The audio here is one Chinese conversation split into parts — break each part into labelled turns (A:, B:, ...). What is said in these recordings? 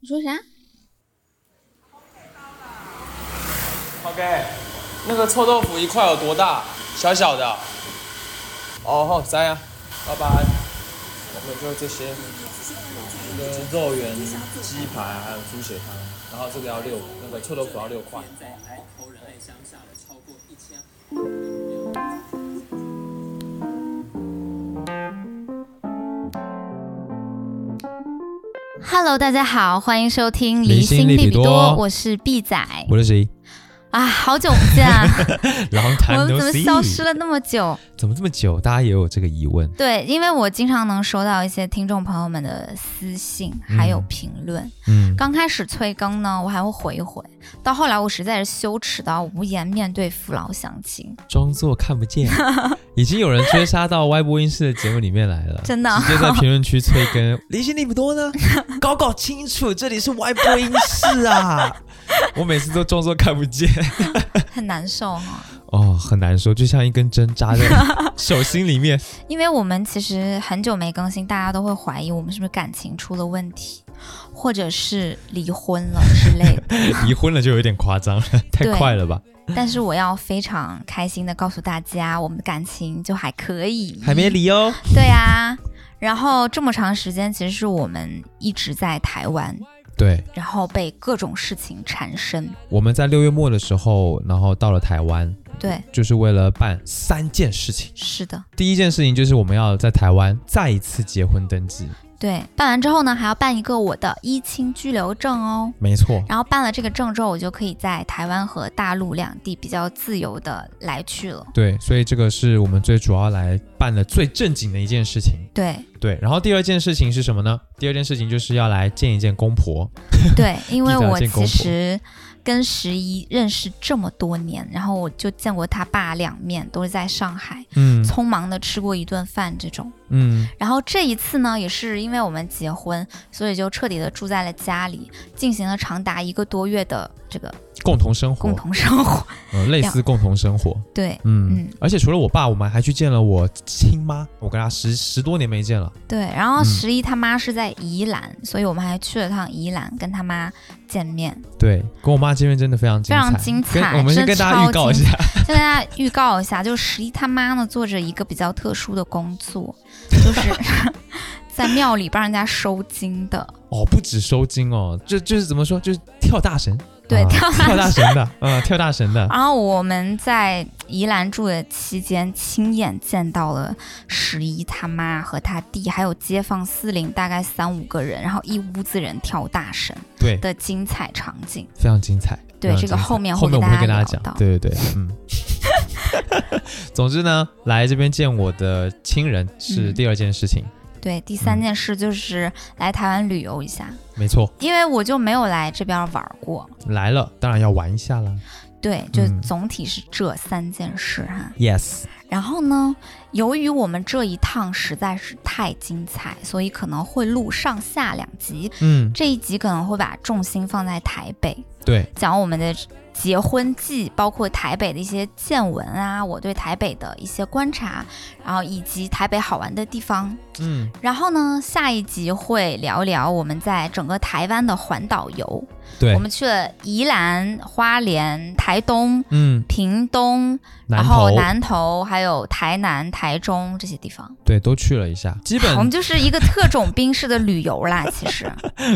A: 你说啥？
B: OK，那个臭豆腐一块有多大？小小的。哦吼，三呀，拜拜。我们就这些，那个肉圆、鸡排还有猪血汤，然后这个要六，那个臭豆腐要六块。
A: Hello，大家好，欢迎收听《
C: 离心力
A: 比
C: 比多
A: 我是 B 仔
C: 我是谁
A: 啊，好久不 见啊，
C: ？Long
A: 我
C: time
A: 们
C: no
A: 怎么
C: see，
A: 消失了那么久？
C: 怎么这么久？大家也有这个疑问。
A: 对，因为我经常能收到一些听众朋友们的私信，还有评论。
C: 嗯，
A: 刚开始催更呢，我还会回一回，到后来我实在是羞耻到无颜面对父老乡亲，
C: 装作看不 见，已经有人追杀到 Y 播音室的节目里面来了，
A: 真的
C: 直接在评论区催 更。离心力不多呢，搞搞清楚，这里是 Y 播音室啊！ 我每次都装作看不见，
A: 很难受哈。
C: 哦，很难说，就像一根针 扎在手心里面。
A: 因为我们其实很久没更新，大家都会怀疑我们是不是感情出了问题，或者是离婚了之类的。
C: 离婚了就有点夸 张了，太
A: 对
C: 快了吧？
A: 但是我要非常开心的告诉大家，我们的感情就还可以，
C: 还没离哦。
A: 对啊。然后这么长时间，其实是我们一直在台湾，
C: 对，
A: 然后被各种事情缠身。
C: 我们在六月末的时候，然后到了台湾，
A: 对，
C: 就是为了办三件事情。
A: 是的，
C: 第一件事情就是我们要在台湾再一次结婚登记，
A: 对。办完之后呢，还要办一个我的一亲居留证哦。
C: 没错，
A: 然后办了这个证之后，我就可以在台湾和大陆两地比较自由的来去了。
C: 对，所以这个是我们最主要来办的最正经的一件事情。
A: 对
C: 对，然后第二件事情是什么呢？第二件事情就是要来见一见公婆。
A: 对，因为
C: 地表
A: 我
C: 见公
A: 其
C: 婆
A: 实跟十一认识这么多年，然后我就见过他爸两面，都是在上海，
C: 嗯
A: 匆忙的吃过一顿饭这种。
C: 嗯，
A: 然后这一次呢，也是因为我们结婚，所以就彻底的住在了家里，进行了长达一个多月的这个
C: 共同生活，
A: 共同生活。
C: 呃类似共同生活。
A: 对
C: 嗯，
A: 嗯
C: 而且除了我爸，我们还去见了我亲妈，我跟她十十多年没见了。
A: 对，然后
C: 嗯
A: 十一他妈是在宜兰，所以我们还去了趟宜兰跟他妈见面。
C: 对，跟我妈见面真的非常精彩，
A: 非常精彩
C: 跟我们先
A: 真的
C: 跟大家预告一下，
A: 再跟大家预告一下，就是十一他妈呢做着一个比较特殊的工作，就是 在庙里帮人家收金的。
C: 哦，不止收金哦，就就是怎么说，就是跳大神，
A: 对
C: 啊
A: 跳大
C: 跳大神的，嗯，跳大神 的，
A: 然后我们在宜兰住的期间，亲眼见到了十一他妈和他弟，还有街坊四邻，大概三五个人，然后一屋子人跳大神
C: 对，
A: 的精彩场景。
C: 非常精彩。
A: 对
C: 非常
A: 这个
C: 精彩
A: 后面
C: 嗯
A: 会
C: 后面我
A: 给
C: 们会
A: 大
C: 跟大
A: 家
C: 家
A: 聊到
C: 讲，对对对，嗯。 总之呢，来这边见我的亲人是
A: 嗯
C: 第二件事情，
A: 对，第
C: 嗯
A: 三件事就是来台湾旅游一下，
C: 没错，
A: 因为我就没有来这边玩过。
C: 来了当然要玩一下啦。
A: 对，就
C: 嗯
A: 总体是这三件事哈、
C: Yes，
A: 然后呢，由于我们这一趟实在是太精彩，所以可能会录上下两集。
C: 嗯，
A: 这一集可能会把重心放在台北，
C: 对，
A: 讲我们的结婚季，包括台北的一些见闻啊，我对台北的一些观察，然后以及台北好玩的地方。
C: 嗯，
A: 然后呢，下一集会聊聊我们在整个台湾的环岛游，
C: 对
A: 我，们去了宜兰、花莲、台东、
C: 嗯，
A: 屏东，
C: 南
A: 然后
C: 投
A: 南投，还有台南、台中这些地方。
C: 对都去了一下，基
A: 我们
C: 本
A: 就是一个特种兵式的旅游啦，其实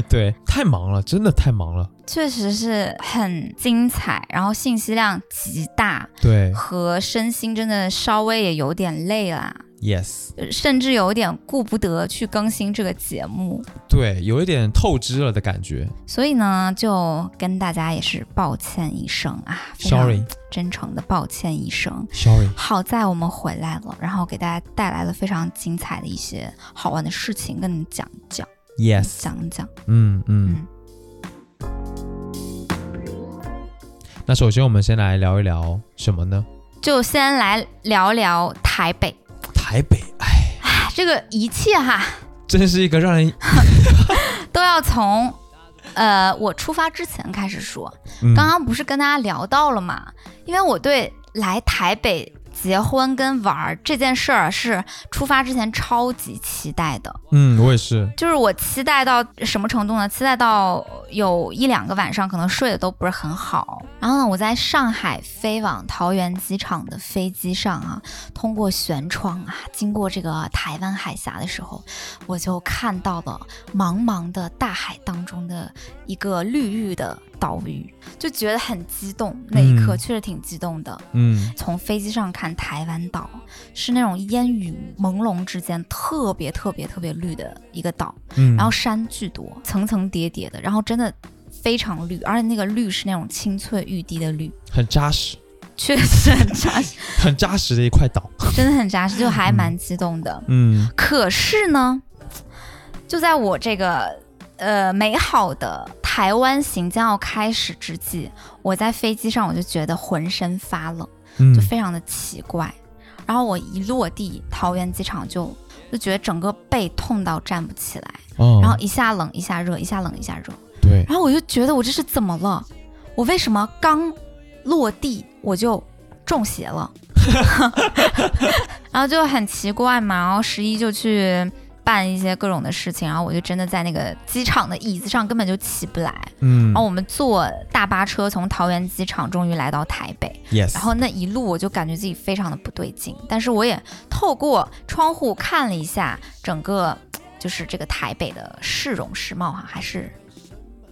C: 对，太忙了，真的太忙了，
A: 确实是很精彩，然后信息量极大，
C: 对
A: 和身心真的稍微也有点累啦，呃
C: ，Yes，
A: 甚至有点顾不得去更新这个节目。
C: 对，有一点透支了的感觉
A: 所以呢，就跟大家也是抱歉一声啊，非常
C: ，Sorry，Sorry，
A: 真诚的抱歉一声。好在我们回来了，然后给大家带来了非常精彩的一些好玩的事情，跟你讲讲
C: Yes，
A: 讲讲。
C: 嗯嗯
A: 嗯。
C: 那首先我们先来聊一聊什么呢？
A: 就先来聊聊台北，
C: 台北，哎，
A: 啊这个一切哈
C: 真是一个让人……
A: 都要从。呃，我出发之前开始说，
C: 嗯
A: 刚刚不是跟大家聊到了嘛？因为我对来台北结婚跟玩儿这件事儿是出发之前超级期待的，
C: 嗯，我也是，
A: 就是我期待到什么程度呢？期待到有一两个晚上可能睡得都不是很好。然后呢，我在上海飞往桃园机场的飞机上啊，通过舷窗啊，经过这个台湾海峡的时候，我就看到了茫茫的大海当中的一个绿绿的岛屿，就觉得很激动。那一刻
C: 嗯
A: 确实挺激动的。
C: 嗯，
A: 从飞机上看台湾岛，是那种烟雨朦胧之间特别特别特别绿的一个岛，
C: 嗯
A: 然后山巨多，层层叠叠的，然后真的非常绿，而且那个绿是那种青翠欲滴的绿，
C: 很扎实，
A: 确实很扎实，
C: 很扎实的一块岛，
A: 真的很扎实，就还蛮激动的。
C: 嗯
A: 可是呢，就在我这个呃美好的台湾行将要开始之际，我在飞机上我就觉得浑身发冷。
C: 嗯
A: 就非常的奇怪。然后我一落地桃园机场就就觉得整个背痛到站不起来，
C: 哦，
A: 然后一下冷一下热，一下冷一下热，
C: 对，
A: 然后我就觉得我这是怎么了？我为什么刚落地我就中邪了？ 然后就很奇怪嘛，然后十一就去办一些各种的事情，然后我就真的在那个机场的椅子上根本就起不来。
C: 嗯
A: 然后我们坐大巴车从桃园机场终于来到台北，
C: ，yes，
A: 然后那一路我就感觉自己非常的不对劲，但是我也透过窗户看了一下整个，就是这个台北的市容市貌哈、还是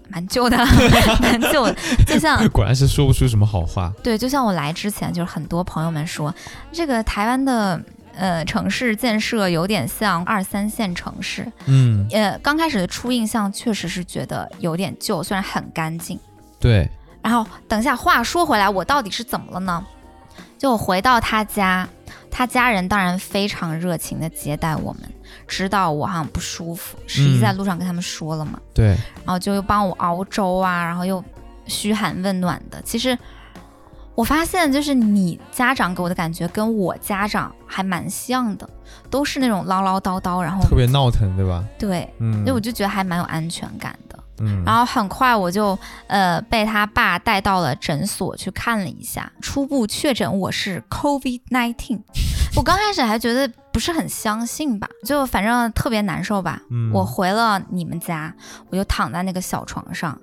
A: 蛮旧的， 蛮旧的。就像
C: 果然是说不出什么好话，
A: 对，就像我来之前，就是很多朋友们说，这个台湾的呃城市建设有点像二三线城市。
C: 嗯，
A: 呃，刚开始的初印象确实是觉得有点旧，虽然很干净。
C: 对，
A: 然后等一下，话说回来，我到底是怎么了呢？就我回到他家，他家人当然非常热情的接待我们，知道我好像不舒服，十一
C: 嗯
A: 在路上跟他们说了嘛，
C: 对，
A: 然后就又帮我熬粥啊，然后又嘘寒问暖的。其实我发现，就是你家长给我的感觉跟我家长还蛮像的，都是那种唠唠叨叨，然后
C: 特别闹腾，对吧？
A: 对，
C: 嗯
A: 所以我就觉得还蛮有安全感的。
C: 嗯，
A: 然后很快我就呃被他爸带到了诊所去看了一下，初步确诊我是 COVID nineteen。我 刚开始还觉得不是很相信吧，就反正特别难受吧。
C: 嗯
A: 我回了你们家，我就躺在那个小床上，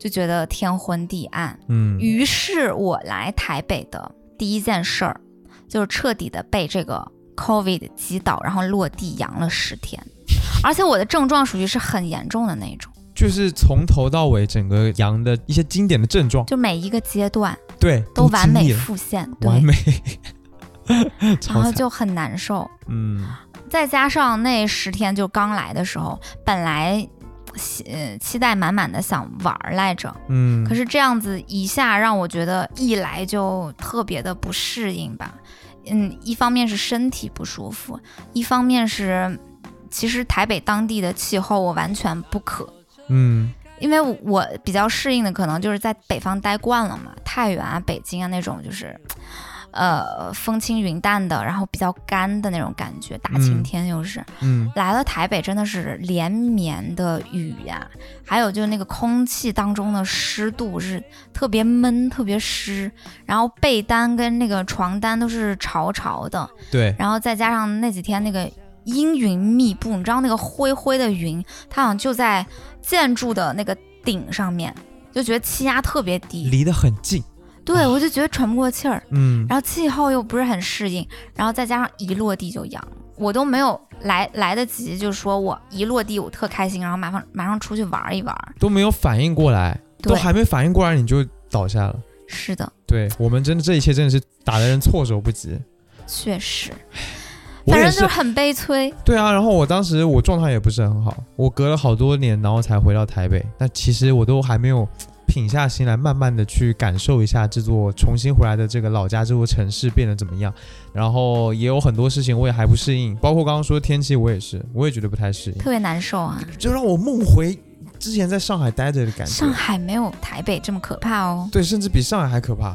A: 就觉得天昏地暗。
C: 嗯
A: 于是我来台北的第一件事儿，就是彻底的被这个 COVID 击倒，然后落地养了十天，而且我的症状属于是很严重的那种。
C: 就是从头到尾整个羊的一些经典的症状，
A: 就每一个阶段
C: 对，
A: 都完
C: 经
A: 美
C: 历了
A: 复现，
C: 完
A: 对，
C: 美，
A: 然
C: 超
A: 后
C: 惨，
A: 就很难受。
C: 嗯
A: 再加上那十天就刚来的时候，本来期呃期待满满的想玩儿来着，
C: 嗯，
A: 可是这样子一下让我觉得一来就特别的不适应吧。嗯，一方面是身体不舒服，一方面是其实台北当地的气候我完全不可
C: 嗯
A: 因为我比较适应的可能就是在北方待惯了嘛，太原啊、北京啊那种就是，呃，风轻云淡的，然后比较干的那种感觉，大晴天又是、
C: 嗯
A: 来了台北真的是连绵的雨呀、还有就是那个空气当中的湿度是特别闷、特别湿，然后被单跟那个床单都是潮潮的，
C: 对，
A: 然后再加上那几天那个阴云密布，你知道那个灰灰的云，它好像就在建筑的那个顶上面，就觉得气压特别低。
C: 离得很近，
A: 对我就觉得喘不过气儿，
C: 嗯
A: 然后气候又不是很适应，然后再加上一落地就阳，我都没有来来得及，就说我一落地我特开心，然后马上马上出去玩一玩。
C: 都没有反应过来，
A: 对
C: 都还没反应过来你就倒下了。
A: 是的，
C: 对我们真的这一切真的是打的人措手不及，
A: 确实，
C: 我
A: 反
C: 也
A: 正就是
C: 是
A: 很悲催。
C: 对啊，然后我当时我状态也不是很好，我隔了好多年，然后才回到台北。那其实我都还没有品下心来，慢慢的去感受一下这座重新回来的这个老家，这座城市变得怎么样。然后也有很多事情我也还不适应，包括刚刚说天气，我也是，我也觉得不太适应，
A: 特别难受啊！
C: 就让我梦回之前在上海待着的感觉
A: 上。海没有台北这么可怕哦。
C: 对，甚至比上海还可怕，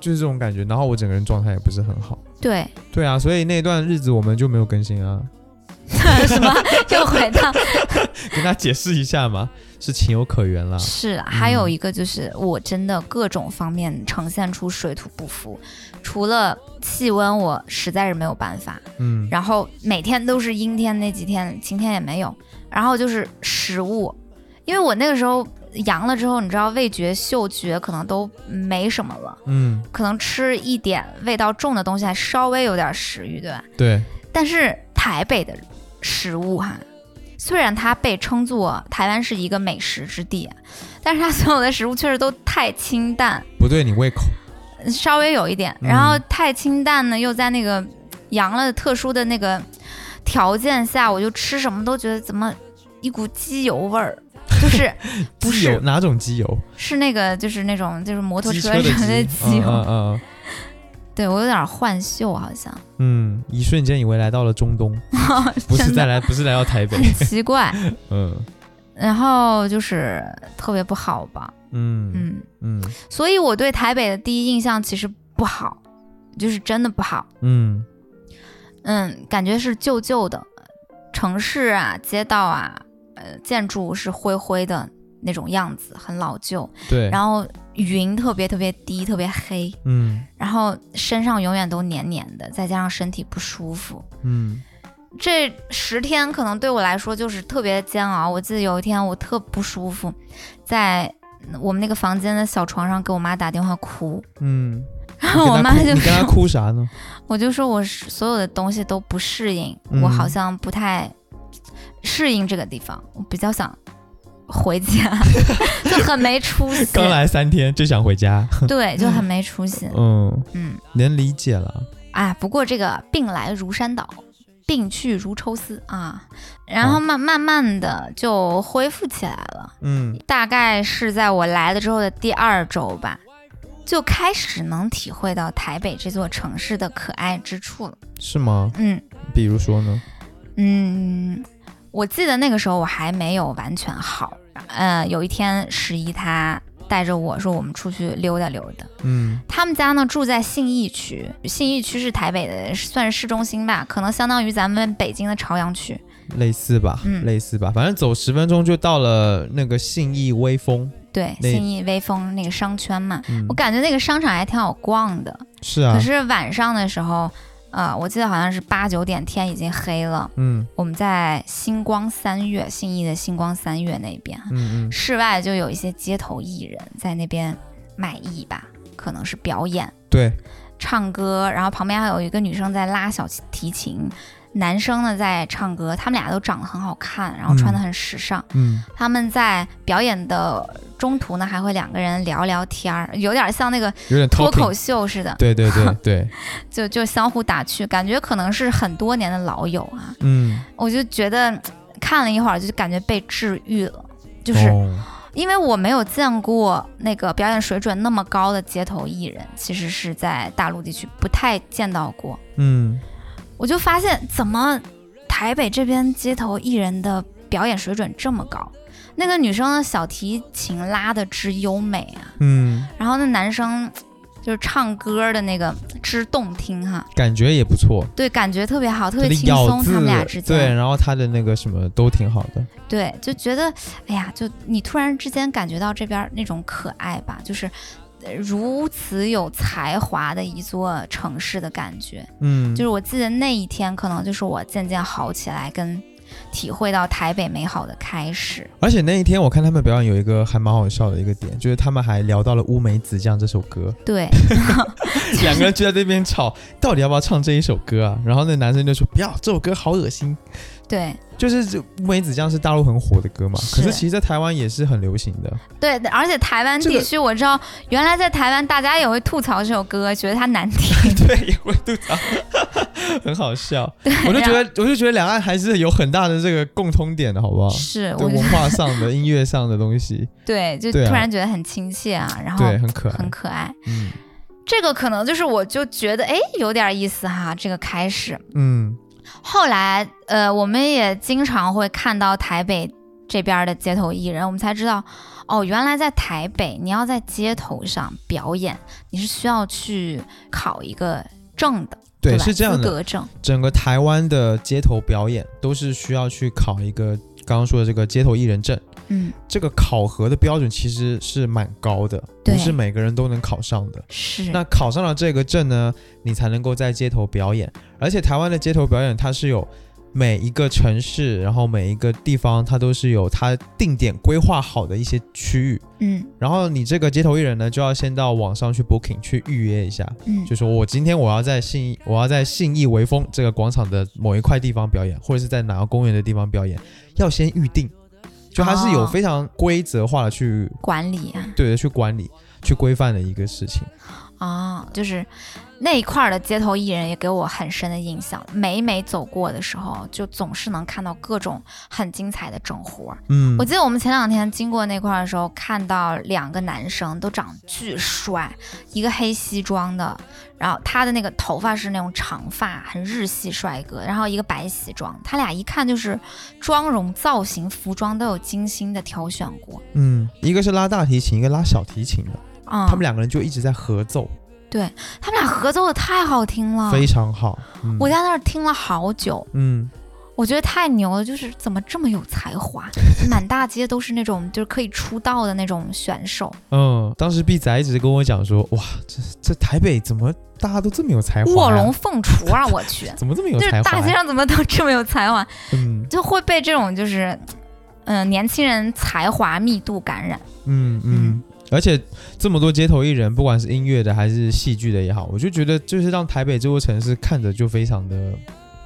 C: 就是这种感觉。然后我整个人状态也不是很好。
A: 对，
C: 对啊，所以那段日子我们就没有更新啊。
A: 什么？又回到
C: 跟大家解释一下嘛，是情有可原啦。
A: 是，啊还有一个就是我真的各种方面呈现出水土不服，除了气温，我实在是没有办法。
C: 嗯，
A: 然后每天都是阴天，那几天晴天也没有。然后就是食物，因为我那个时候阳了之后，你知道味觉、嗅觉可能都没什么了，
C: 嗯，
A: 可能吃一点味道重的东西还稍微有点食欲，对吧？
C: 对，
A: 但是台北的食物哈、虽然它被称作台湾是一个美食之地，但是它所有的食物确实都太清淡，
C: 不对你胃口。
A: 稍微有一点，
C: 嗯
A: 然后太清淡呢，又在那个阳了特殊的那个条件下，我就吃什么都觉得怎么一股鸡油 味儿，就是不
C: 机油
A: 是
C: 哪种机油？
A: 是那个就是那种就是摩托
C: 机
A: 车
C: 的
A: 上的鸡
C: 机。嗯
A: 油，
C: 嗯嗯
A: 对我有点幻嗅好像，
C: 嗯，一瞬间以为来到了中东，不是
A: 真
C: 再
A: 的
C: 来，不是来到台北。
A: 很奇怪，
C: 嗯
A: 然后就是特别不好吧，
C: 嗯
A: 嗯，
C: 嗯
A: 所以我对台北的第一印象其实不好，就是真的不好。
C: 嗯
A: 嗯，感觉是旧旧的，城市啊、街道啊、呃建筑是灰灰的那种样子，很老旧。
C: 对。
A: 然后云特别特别低，特别黑，
C: 嗯
A: 然后身上永远都黏黏的，再加上身体不舒服，
C: 嗯
A: 这十天可能对我来说就是特别煎熬。我记得有一天我特不舒服，在我们那个房间的小床上给我妈打电话哭，
C: 嗯，
A: 然后
C: 你跟
A: 我
C: 他
A: 妈
C: 哭
A: 就
C: 你跟他
A: 说，
C: 哭啥呢？
A: 我就说我是所有的东西都不适应，
C: 嗯
A: 我好像不太适应这个地方，我比较想回家， 就很没出息，
C: 刚来三天就想回 家，
A: 对，就很没出息，
C: 嗯，
A: 嗯，
C: 能理解了。
A: 哎，不过这个病来如山倒。病去如抽丝啊，然后慢慢慢的就恢复起来了。
C: 嗯
A: 大概是在我来了之后的第二周吧，就开始能体会到台北这座城市的可爱之处了。
C: 是吗？
A: 嗯
C: 比如说呢？
A: 嗯，我记得那个时候我还没有完全好。呃，有一天十一他带着我说我们出去溜达溜达。
C: 嗯
A: 他们家呢住在信义区，信义区是台北的算是市中心吧，可能相当于咱们北京的朝阳区。
C: 类似吧，
A: 嗯
C: 类似吧，反正走十分钟就到了那个信义威风。
A: 对，
C: 那
A: 信义威风那个商圈嘛，
C: 嗯
A: 我，感觉那个商场还挺好逛的。
C: 是啊
A: 可，是晚上的时候，呃，我记得好像是八九点，天已经黑了。
C: 嗯
A: 我们在星光三月，信义的星光三月那边，
C: 嗯嗯
A: 室外就有一些街头艺人在那边卖艺吧，可能是表演、
C: 对，
A: 唱歌，然后旁边还有一个女生在拉小提琴。男生呢在唱歌，他们俩都长得很好看，然后穿的很时尚。
C: 嗯
A: 他们在表演的中途呢，还会两个人聊聊天儿，有点像那个
C: 有点
A: 脱
C: talking
A: 口秀似的。
C: 对对 对对，
A: 就就相互打趣，感觉可能是很多年的老友啊。
C: 嗯，
A: 我就觉得嗯看了一会儿，就感觉被治愈了，就是
C: 哦
A: 因为我没有见过那个表演水准那么高的街头艺人，其实是在大陆地区不太见到过。
C: 嗯，
A: 我就发现怎么台北这边街头艺人的表演水准这么高。那个女生的小提琴拉的之优美啊，
C: 嗯，
A: 然后那男生嗯就是唱歌的那个之动听哈、
C: 感觉也不错，
A: 对，感觉特别好，特
C: 他
A: 别
C: 的
A: 轻
C: 咬
A: 松，
C: 字
A: 他们俩之
C: 对，
A: 间，
C: 然后他的那个什么都挺好的，
A: 对就觉得，哎呀，就你突然之间感觉到这边儿那种可爱吧，就是呃如此有才华的一座城市的感觉。
C: 嗯，
A: 就是我记得那一天，可能就是我渐渐好起来，跟体会到台北美好的开始。
C: 而且那一天我看他们表演有一个还蛮好笑的一个点，就是他们还聊到了《乌梅子酱》这首歌，
A: 对，
C: 两个人就在那边吵，到底要不要唱这一首歌啊？然后那男生就说不要，这首歌好恶心。
A: 对，
C: 就是这《乌梅子酱》是大陆很火的歌嘛，
A: 是
C: 可是其实在台湾也是很流行的。
A: 对，而且台湾
C: 这个
A: 地区，我知道原来在台湾大家也会吐槽这首歌，觉得它难听。
C: 对，也会吐槽，很好笑。我
A: 哎
C: 就觉得，我就觉得两岸还是有很大的这个共通点的，好不好？
A: 是，
C: 对
A: 我就
C: 文化上 的、音乐上的东西，
A: 对，就
C: 对啊
A: 突然觉得很亲切啊，然后
C: 对，很可爱
A: 很。可爱。
C: 嗯
A: 这个可能就是我就觉得哎有点意思哈，这个开始。
C: 嗯
A: 后来呃，我们也经常会看到台北这边的街头艺人，我们才知道哦，原来在台北你要在街头上表演，你是需要去考一个证的，
C: 对，
A: 吧
C: 是这样
A: 资
C: 的，
A: 格证，
C: 整个台湾的街头表演都是需要去考一个刚刚说的这个街头艺人证，
A: 嗯，
C: 这个考核的标准其实是蛮高的，
A: 对
C: 不是每个人都能考上的。
A: 是，
C: 那考上了这个证呢，你才能够在街头表演。而且台湾的街头表演，它是有每一个城市，然后每一个地方，它都是有它定点规划好的一些区域。
A: 嗯
C: 然后你这个街头艺人呢，就要先到网上去 booking 去预约一下，
A: 嗯，
C: 就说我今天我要在信义，我要在信义微风这个广场的某一块地方表演，或者是在哪个公园的地方表演，要先预定。就它是有
A: 哦
C: 非常规则化的去
A: 管理啊，
C: 对的去管理、去规范的一个事情。
A: 啊、就是那一块儿的街头艺人也给我很深的印象。每每走过的时候，就总是能看到各种很精彩的整活儿。
C: 嗯，
A: 我记得我们前两天经过那块儿的时候，看到两个男生都长巨帅，一个黑西装的，然后他的那个头发是那种长发，很日系帅哥，然后一个白西装，他俩一看就是妆容、造型、服装都有精心的挑选过。
C: 嗯，一个是拉大提琴，一个拉小提琴的，
A: 嗯，
C: 他们两个人就一直在合奏，
A: 他们俩合奏的太好听了，
C: 非常好。嗯、
A: 啊我在那儿听了好久。
C: 嗯，
A: 我觉得太牛了，就是怎么这么有才 华，满大街都是那种就是可以出道的那种选手，
C: 嗯，当时毕仔一直跟我讲说，哇，这这台北怎么大家都这么有才华、
A: 卧龙，凤雏啊！我去，
C: 怎么这么有
A: 就
C: 才
A: 是
C: 华、
A: 大街上怎么都这么有才华，
C: 嗯
A: 就会被这种就是，嗯、年轻人才华密度感染。
C: 嗯嗯
A: 嗯，
C: 而且这么多街头艺人，不管是音乐的还是戏剧的也好，我就觉得就是让台北这座城市看着就非常的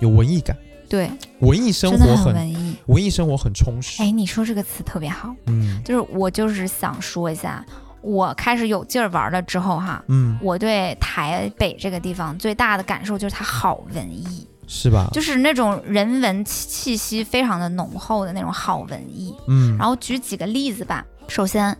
C: 有文艺感，
A: 对，
C: 文艺生
A: 真
C: 活
A: 的很
C: 很
A: 文艺。
C: 文艺生活很充实。
A: 哎，你说这个词特别好，
C: 嗯
A: 就是我就是想说一下，我开始有劲儿玩了之后哈，
C: 嗯，
A: 我对台北这个地方最大的感受就是它好文艺。
C: 是吧？
A: 就是那种人文气气息非常的浓厚的那种好文艺。
C: 嗯
A: 然后举几个例子吧。首先，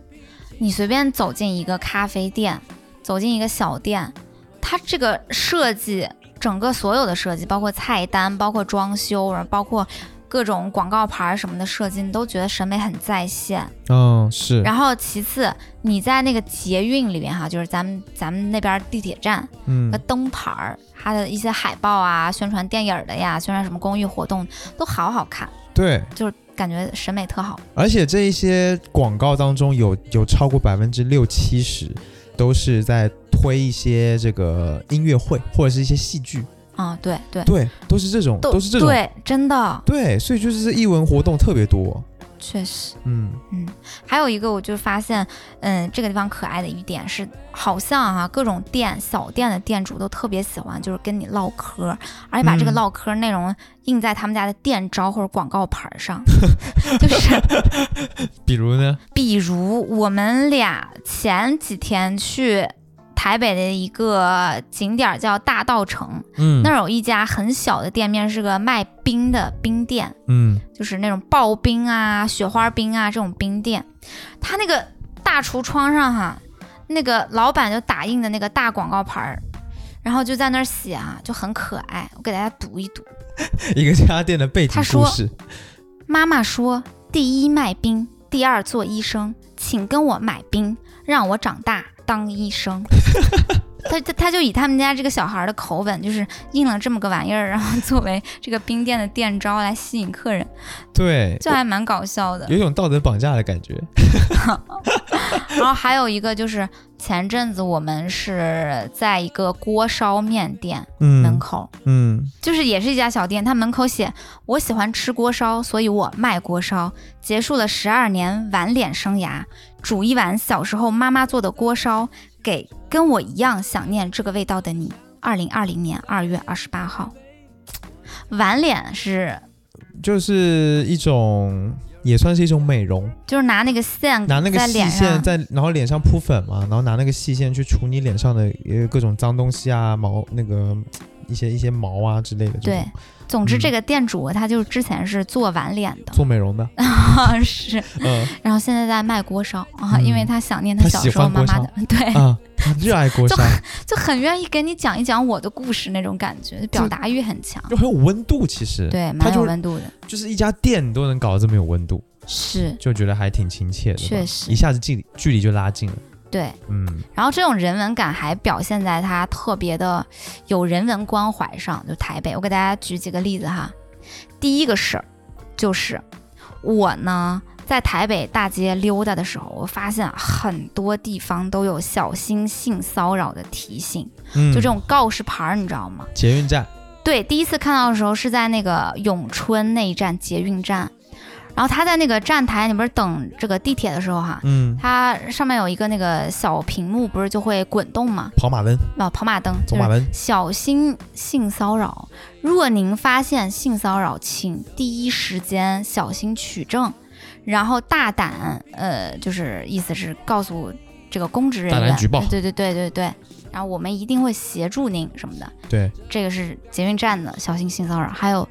A: 你随便走进一个咖啡店，走进一个小店，它这个设计，整个所有的设计，包括菜单，包括装修，然后包括各种广告牌儿什么的设计，你都觉得审美很在线。
C: 嗯是，
A: 然后其次，你在那个捷运里面哈，就是咱们咱们那边儿地铁站，
C: 嗯
A: 那灯牌儿，它的一些海报啊、宣传电影儿的呀、宣传什么公益活动都好好看，
C: 对。
A: 就是感觉审美特好。
C: 而且这一些广告当中有有超过百分之六七十都是在推一些这个音乐会或者是一些戏剧，
A: 啊、对对，
C: 对，都是这种，都是这种，
A: 对，真的
C: 对所以就是艺文活动特别多，
A: 确实。
C: 嗯
A: 还有一个，我就发现，嗯，这个地方可爱的一点是，好像啊，各种店小店的店主都特别喜欢，就是跟你唠嗑儿，而且把这个
C: 嗯
A: 唠嗑儿内容印在他们家的店招或者广告牌儿 上，就是
C: 比如呢，
A: 比如我们俩前几天去台北的一个景点儿叫大道城，
C: 嗯
A: 那儿有一家很小的店面，是个卖冰的冰店，
C: 嗯
A: 就是那种刨冰啊、雪花冰啊这种冰店。它那个大橱窗上哈，那个老板就打印的那个大广告牌儿，然后就在那儿写啊，就很可爱。我给大家读一读。
C: 一个家店的背景
A: 他
C: 故
A: 说
C: 事，
A: 妈妈说：“第一卖冰，第二做医生，请跟我买冰，让我长大当医生。” 他他他就以他们家这个小孩的口吻，就是印了这么个玩意儿，然后作为这个冰店的店招来吸引客人，
C: 对，
A: 这还蛮搞笑的。
C: 有一种道德绑架的感 觉，
A: 然后还有一个就是前阵子我们是在一个锅烧面店门
C: 嗯
A: 口，
C: 嗯
A: 就是也是一家小店，它门口写“我喜欢吃锅烧，所以我卖锅烧”。结束了十二年碗脸生涯，煮一碗小时候妈妈做的锅烧，给跟我一样想念这个味道的你。二零二零年二月二十八号，碗脸是
C: 就是一种。也算是一种美容，
A: 就是拿那个线
C: 拿那个
A: 嗯在
C: 细
A: 脸
C: 线
A: 上，
C: 在，然后脸上铺粉嘛，然后拿那个细线去除你脸上的呃各种脏东西啊，毛那个一些一些毛啊之类的。
A: 对，。总之，
C: 嗯
A: 这个店主他就是之前是做碗脸的，
C: 做美容 的，
A: 啊是，
C: 嗯
A: 然后现在在卖锅烧啊，
C: 嗯
A: 因为他想念他
C: 他
A: 小
C: 喜
A: 时候
C: 欢
A: 妈
C: 锅
A: 妈的，对，
C: 啊，他热爱锅烧，
A: 就很愿意跟你讲一讲我的故事那种感觉，表达欲很强，
C: 就很有温度。其实，
A: 对，
C: 他
A: 蛮有
C: 就
A: 温度的，
C: 就是一家店你都能搞得这么有温度，
A: 是
C: 就觉得还挺亲切的吧。
A: 确实
C: 一下子距离距离就拉近了。
A: 对，
C: 嗯，
A: 然后这种人文感还表现在它特别的有人文关怀上，就台北。我给大家举几个例子哈。第一个事儿就是我呢在台北大街溜达的时候，我发现很多地方都有小心性骚扰的提醒，
C: 嗯
A: 就这种告示牌儿，你知道吗？
C: 捷运站，
A: 对，第一次看到的时候是在那个永春那一站捷运站，然后他在那个站台里边等这个地铁的时候哈，
C: 嗯，
A: 它上面有一个那个小屏幕，不是就会滚动吗？
C: 跑马灯，
A: 啊，跑马灯，
C: 走
A: 就
C: 马
A: 是
C: 灯，
A: 小心性骚扰。若您发现性骚扰，请第一时间小心取证，然后大胆，呃，就是意思是告诉这个公职人
C: 大
A: 员，
C: 胆举报
A: 对对对对对，然后我们一定会协助您什么的。
C: 对，
A: 这个是捷运站的小心性骚扰，还有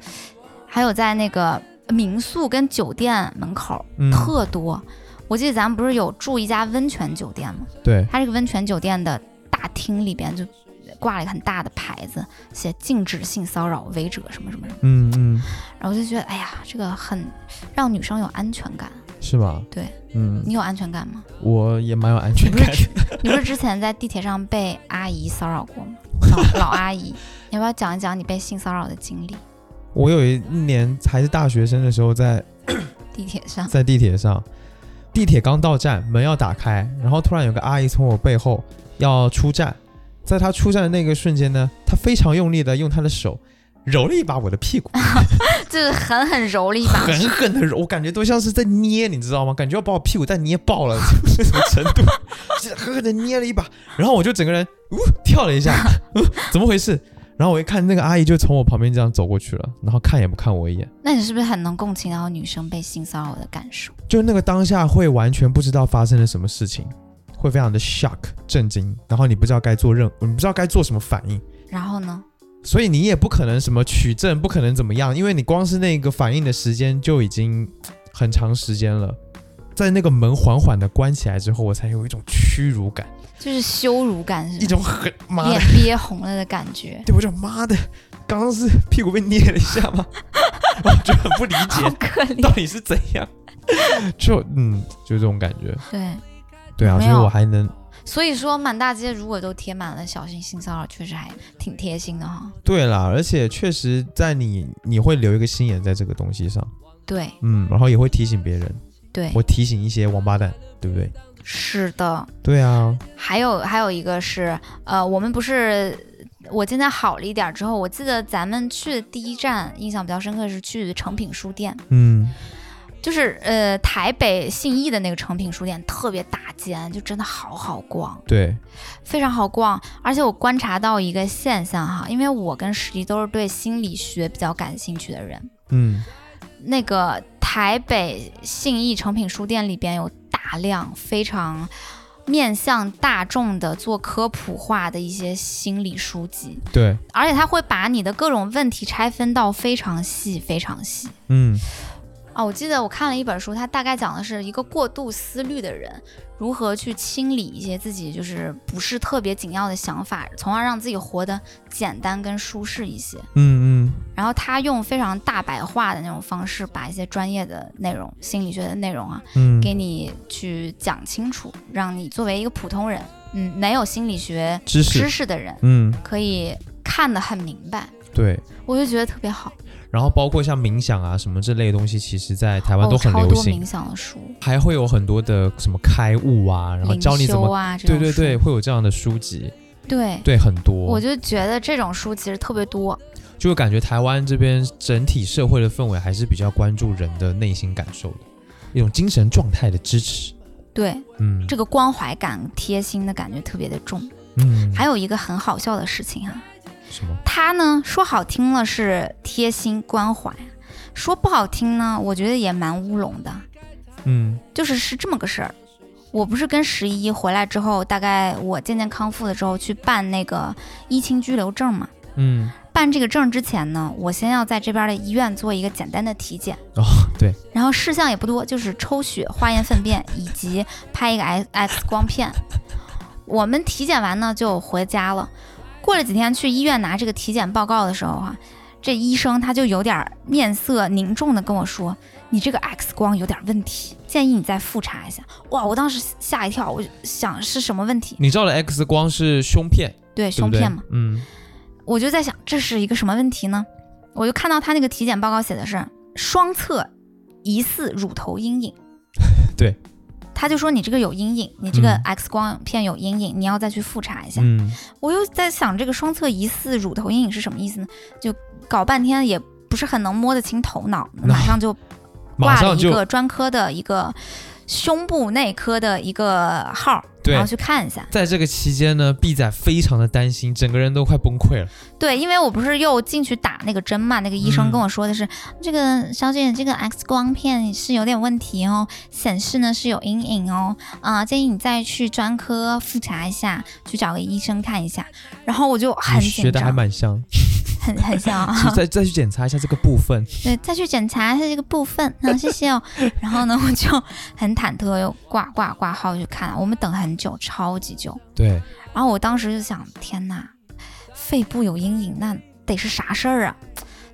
A: 还有在那个民宿跟酒店门口、
C: 嗯，
A: 特多。我记得咱们不是有住一家温泉酒店吗？
C: 对，
A: 它这个温泉酒店的大厅里边就挂了一个很大的牌子，写禁止性骚扰违者什么什么什么。
C: 嗯嗯，
A: 然后我就觉得，哎呀，这个很让女生有安全感。
C: 是吗？
A: 对，
C: 嗯，
A: 你有安全感 吗？
C: 我也蛮有安全感的，
A: 你不是之前在地铁上被阿姨骚扰过吗？老老阿 姨，你要不要讲一讲你被性骚扰的经历？
C: 我有一年还是大学生的时候在，
A: 地铁上
C: 在，地铁上，地铁刚到站，门要打开，然后突然有个阿姨从我背后要出站，在她出站的那个瞬间呢，她非常用力的用她的手揉了一把我的屁股，
A: 就是狠狠揉了一 把，
C: 狠狠的揉，我感觉都像是在捏，你知道吗？感觉要把我屁股蛋捏爆了 那种程度，就是狠狠的捏了一把，然后我就整个人呜跳了一下， 呜怎么回事？然后我一看，那个阿姨就从我旁边这样走过去了，然后看也不看我一眼，
A: 那你是不是很能共情到女生被性骚扰的感受？
C: 就那个当下会完全不知道发生了什么事情，会非常的 shock 震惊，然后你不知道该做任，你不知道该做什么反应，
A: 然后呢？
C: 所以你也不可能什么取证，不可能怎么样，因为你光是那个反应的时间就已经很长时间了。在那个门缓缓的关起来之后，我才有一种屈辱感，
A: 就是羞辱感是吧，
C: 一种很妈的
A: 脸，憋红了的感 觉，
C: 对我就妈的，刚刚是屁股被捏了一下吗？ 我就很不理
A: 好
C: 解，
A: 可
C: 到
A: 怜。
C: 底是怎样？就嗯，就这种感觉。
A: 对，
C: 对啊，
A: 没
C: 所
A: 有
C: 以我还能
A: 所以说满大街如果都贴满了小心性骚扰，确实还挺贴心的哈。
C: 对啦，而且确实在你你会留一个心眼在这个东西上，
A: 对
C: 嗯，然后也会提醒别人，
A: 对，
C: 我提醒一些王八蛋，对不对？
A: 是的。
C: 对啊，
A: 还有还有一个是，呃，我们不是呃我今天好了一点之后，我记得咱们去的第一站印象比较深刻是去诚品书店，
C: 嗯，
A: 就是呃台北信义的那个诚品书店特别大间，就真的好好逛，
C: 对，
A: 非常好逛。而且我观察到一个现象哈，因为我跟史迪都是对心理学比较感兴趣的人，
C: 嗯，
A: 那个台北信义诚品书店里边有大量非常。面向大众的做科普化的一些心理书籍，
C: 对，
A: 而且它会把你的各种问题拆分到非常细、非常细。
C: 嗯，
A: 哦，我记得我看了一本书，它大概讲的是一个过度思虑的人如何去清理一些自己就是不是特别紧要的想法，从而让自己活得简单跟舒适一些。
C: 嗯嗯，
A: 然后他用非常大白话的那种方式，把一些专业的内容、心理学的内容啊，
C: 嗯，
A: 给你去讲清楚，让你作为一个普通人，嗯，没有心理学
C: 知识
A: 知识的人，
C: 嗯，
A: 可以看得很明白。
C: 对，
A: 我就觉得特别好，
C: 然后包括像冥想啊什么这类的东西，其实在台湾
A: 哦
C: 都很
A: 超
C: 流
A: 多
C: 行，
A: 冥想的书，
C: 还会有很多的什么开悟啊，然后
A: 灵
C: 教你怎
A: 修
C: 么，
A: 啊，这
C: 对
A: 种
C: 对
A: 书
C: 对，会有这样的书籍，
A: 对
C: 对，很多，
A: 我就觉得这种书其实特别多，
C: 就感觉台湾这边整体社会的氛围还是比较关注人的内心感受的，一种精神状态的支持。
A: 对
C: 嗯，
A: 这个关怀感、贴心的感觉特别的重。
C: 嗯，
A: 还
C: 有
A: 有一个很好笑的事情哈、啊
C: 什么？
A: 他呢说好听了是贴心关怀，说不好听呢，我觉得也蛮乌龙的，
C: 嗯
A: 就是是这么个事儿。我不是跟十一回来之后，大概我渐渐康复了之后去办那个一清居留证嘛。
C: 嗯，
A: 办这个证之前呢，我先要在这边的医院做一个简单的体检。
C: 哦，对，
A: 然后事项也不多，就是抽血、化验粪便以及拍一个 X X 光片。我们体检完呢就回家了。过了几天去医院拿这个体检报告的时候啊，这医生他就有点面色凝重的跟我说：“你这个 X 光有点问题，建议你再复查一下。哇，我当时吓一跳，我想是什么问题？
C: 你照了 X 光是胸片，
A: 对，
C: 对不
A: 胸
C: 对
A: 片嘛。
C: 嗯，。
A: 我就在想这是一个什么问题呢？我就看到他那个体检报告写的是双侧疑似乳头阴影
C: 对，
A: 他就说你这个有阴影，你这个
C: 嗯
A: X 光片有阴影，你要再去复查一下。
C: 嗯，
A: 我又在想这个双侧疑似乳头阴影是什么意思呢？就搞半天也不是很能摸得清头 脑，马上就
C: 马
A: 挂
C: 上
A: 了一
C: 就
A: 个专科的一个胸部内科的一个号，
C: 对
A: 然后去看一下。
C: 在这个期间呢，毕仔非常的担心，整个人都快崩溃了。
A: 对，因为我不是又进去打那个针嘛，那个医
C: 嗯
A: 生跟我说的是，这个小姐这个 X 光片是有点问题哦，显示呢是有阴影哦，啊、建议你再去专科复查一下，去找个医生看一下。然后我就很
C: 你
A: 紧
C: 学的还
A: 张，
C: 蛮像，
A: 很很像啊，
C: 其实再再去检查一下这个部分。
A: 对，再去检查一下这个部分，嗯，谢谢哦。然后呢，我就很忐忑，又挂挂挂号去看，我们等很久，超级久。
C: 对，
A: 然后我当时就想，天呐，肺部有阴影，那得是啥事儿啊？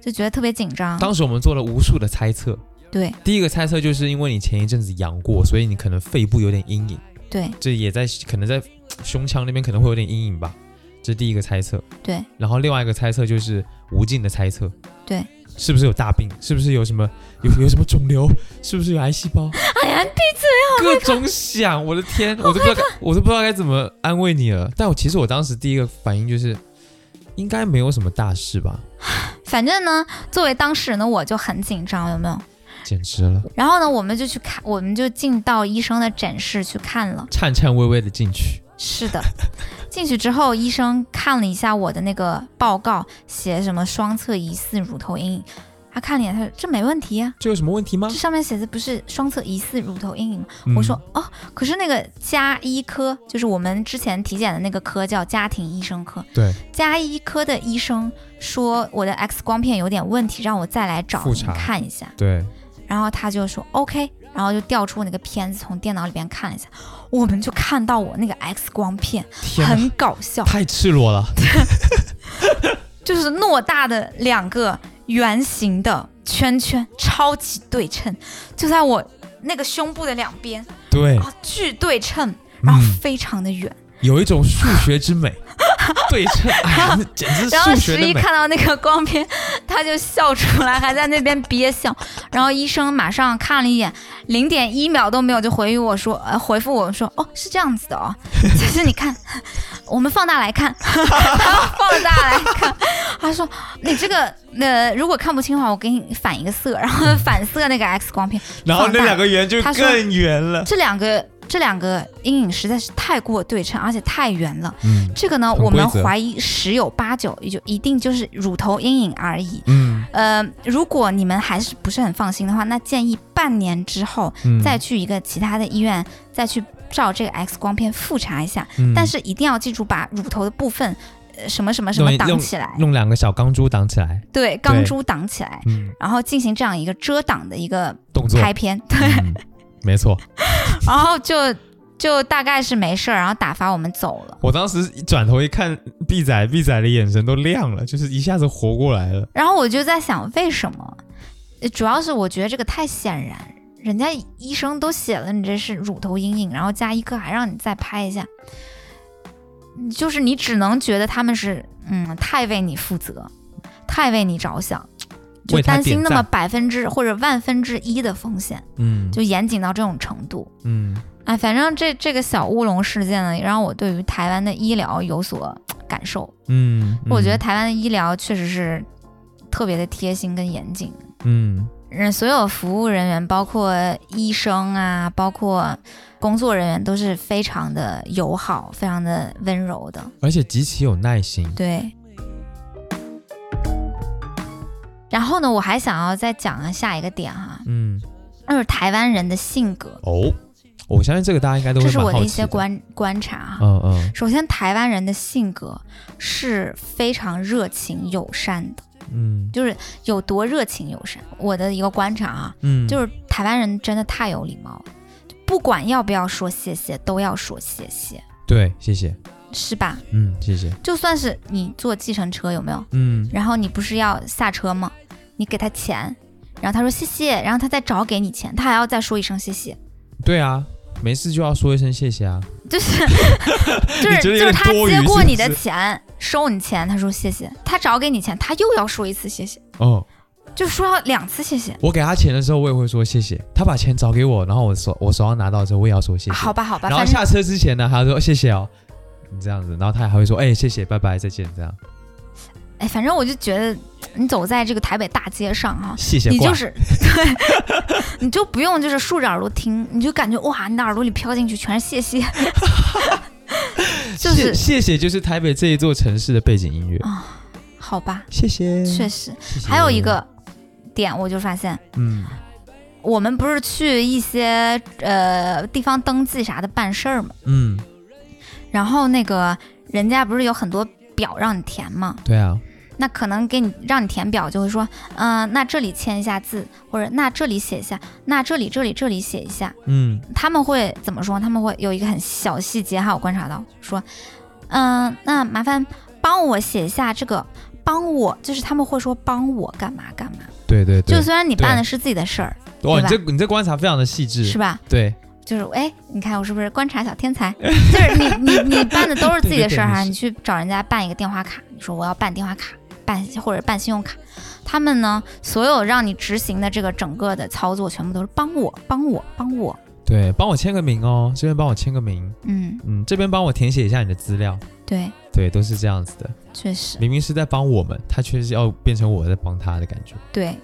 A: 就觉得特别紧张。
C: 当时我们做了无数的猜测。
A: 对
C: 第一个猜测就是因为你前一阵子阳过，所以你可能肺部有点阴影，
A: 对
C: 这也在可能在胸腔那边可能会有点阴影吧，这是第一个猜测。
A: 对，
C: 然后另外一个猜测就是无尽的猜测，
A: 对，
C: 是不是有大病？是不是有什么有有什么肿瘤？是不是有癌细胞？
A: 哎呀，
C: 各种 想，我的天，我都不知道该，我都不知道该怎么安慰你了。但我其实我当时第一个反应就是，应该没有什么大事吧，
A: 反正呢，作为当事人的我就很紧张，有没有？
C: 简直了，
A: 然后呢，我们就去看，我们就进到医生的诊室去看了。
C: 颤颤巍巍的进去，
A: 是的，进去之后，医生看了一下我的那个报告，写什么双侧疑似乳头阴影，他看了一眼，他说这没问题呀、
C: 这有什么问题吗
A: 这？上面写的不是双侧疑似乳头阴影吗？
C: 嗯
A: 我说哦，可是那个家医科，就是我们之前体检的那个科叫家庭医生科，
C: 对，
A: 家医科的医生说我的 X 光片有点问题，让我再来找
C: 复
A: 您
C: 查
A: 看一下。
C: 对，
A: 然后他就说 OK，然后就调出那个片子，从电脑里边看了一下，我们就看到我那个 X 光片，
C: 天哪，
A: 很搞笑，
C: 太赤裸了，
A: 就是偌大的两个圆形的圈圈，超级对称，就在我那个胸部的两边
C: 对，
A: 啊，巨对称，然后
C: 嗯
A: 非常的圆。
C: 有一种数学之 美，对称，哎呀，那简 直是
A: 然后
C: 数学
A: 十一
C: 的美。
A: 看到那个光片， 他就笑出来，还在那边憋笑。然后医生马上看了一眼，零点一秒都没有就回应我说，呃，回复我说，哦，是这样子的哦， 就是你看，我们放大来看， 他要放大来看，他说你这个呃，如果看不清的话，我给你反一个色，然后
C: 嗯
A: 反射那个 X 光片，
C: 然后那两个圆就
A: 他说
C: 更圆了，
A: 这两个这两个阴影实在是太过对称，而且太圆了。
C: 嗯
A: 这个呢，
C: 很
A: 我们
C: 规则
A: 怀疑十有八九也就一定就是乳头阴影而已。
C: 嗯
A: 呃，如果你们还是不是很放心的话，那建议半年之后
C: 嗯，
A: 再去一个其他的医院，再去照这个 X 光片复查一下。
C: 嗯
A: 但是一定要记住把乳头的部分，呃，什么什么什么
C: 弄一
A: 挡起来，
C: 弄两个小钢珠挡起来，
A: 对，钢珠挡起来，
C: 嗯，
A: 然后进行这样一个遮挡的一个
C: 动作，
A: 拍片，对，
C: 嗯，没错。
A: 然后就就大概是没事儿，然后打发我们走了。
C: 我当时一转头一看，毕仔毕仔的眼神都亮了，就是一下子活过来了。
A: 然后我就在想，为什么？呃主要是我觉得这个太显然，人家医生都写了你这是乳头阴影，然后加一颗还让你再拍一下，嗯就是你只能觉得他们是嗯太为你负责，太为你着想，就
C: 为他
A: 担心
C: 点
A: 那
C: 赞
A: 么百分之或者万分之一的风险，
C: 嗯
A: 就严谨到这种程度。
C: 嗯，
A: 哎，反正这这个小乌龙事件呢，也让我对于台湾的医疗有所感受。
C: 嗯，
A: 我觉得台湾的医疗确实是特别的贴心跟严谨，
C: 嗯，
A: 嗯，所有服务人员，包括医生啊，包括工作人员，都是非常的友好，非常的温柔的，
C: 而且极其有耐心。
A: 对。然后呢，我还想要再讲下一个点哈，
C: 嗯，
A: 那就是台湾人的性格，
C: 哦，我相信这个大家应该都
A: 这
C: 会
A: 是我
C: 蛮
A: 的
C: 好
A: 一
C: 奇
A: 些。观观察哈。
C: 嗯嗯
A: 首先，台湾人的性格是非常热情友善的。
C: 嗯
A: 就是有多热情友善。我的一个观察啊，
C: 嗯，
A: 就是台湾人真的太有礼貌了，不管要不要说谢谢，都要说谢谢，
C: 对，谢谢，
A: 是吧？
C: 嗯，谢谢，
A: 就算是你坐计程车有没有？
C: 嗯
A: 然后你不是要下车吗？你给他钱，然后他说谢谢，然后他再找给你钱，他还要再说一声谢谢，
C: 对啊，没事就要说一声谢谢啊。
A: 就是 就是
C: 觉得有点
A: 就是他
C: 多余
A: 接过
C: 是不
A: 你的
C: 是
A: 钱，收你钱，他说谢谢，他找给你钱，他又要说一次谢谢，
C: 哦，
A: 就说要两次谢谢。
C: 我给他钱的时候，我也会说谢谢。他把钱找给我，然后我手我手上拿到的时候，我也要说谢谢。
A: 好吧，好吧，
C: 然后
A: 反正
C: 下车之前呢，还要说谢谢哦，你这样子，然后他还会说哎、谢谢，拜拜，再见，这样
A: 哎，反正我就觉得你走在这个台北大街上哈、
C: 谢谢
A: 你
C: 挂。
A: 就是对，你就不用就是竖着耳朵听，你就感觉哇，你的耳朵里飘进去全是谢谢，就
C: 谢
A: 是
C: 谢谢，就是台北这一座城市的背景音乐。
A: 好吧，
C: 谢谢，
A: 确实。
C: 谢谢
A: 还有一，个点，我就发现
C: 嗯，
A: 我们不是去一些呃地方登记啥的办事儿嘛，
C: 嗯，
A: 然后那个人家不是有很多表让你填嘛，
C: 对啊，
A: 那可能给你让你填表就会说，嗯、那这里签一下字，或者那这里写一下，那这里这里这里写一下，
C: 嗯，
A: 他们会怎么说？他们会有一个很小细节哈，我观察到说，嗯、那麻烦帮我写一下这个。帮我，就是他们会说帮我干嘛干嘛，
C: 对对对，
A: 就虽然你
C: 对
A: 办的是自己的事儿，
C: 哇，
A: 对
C: 你
A: 吧
C: 这你这观察非常的细致，
A: 是吧？
C: 对，
A: 就是哎，你看我是不是观察小 天才？就是你你你办的都是自己的事儿哈，
C: 对对对
A: 你去找人家办一个电话卡，你说我要办电话卡，办或者办信用卡，他们呢所有让你执行的这个整个的操作全部都是帮我帮我帮我，
C: 对，帮我签个名哦，这边帮我签个名，
A: 嗯，
C: 嗯，这边帮我填写一下你的资料，
A: 对，
C: 对，都是这样子的。
A: 确实
C: 明明是在帮我们，他却是要变成我在帮他的感觉，
A: 对。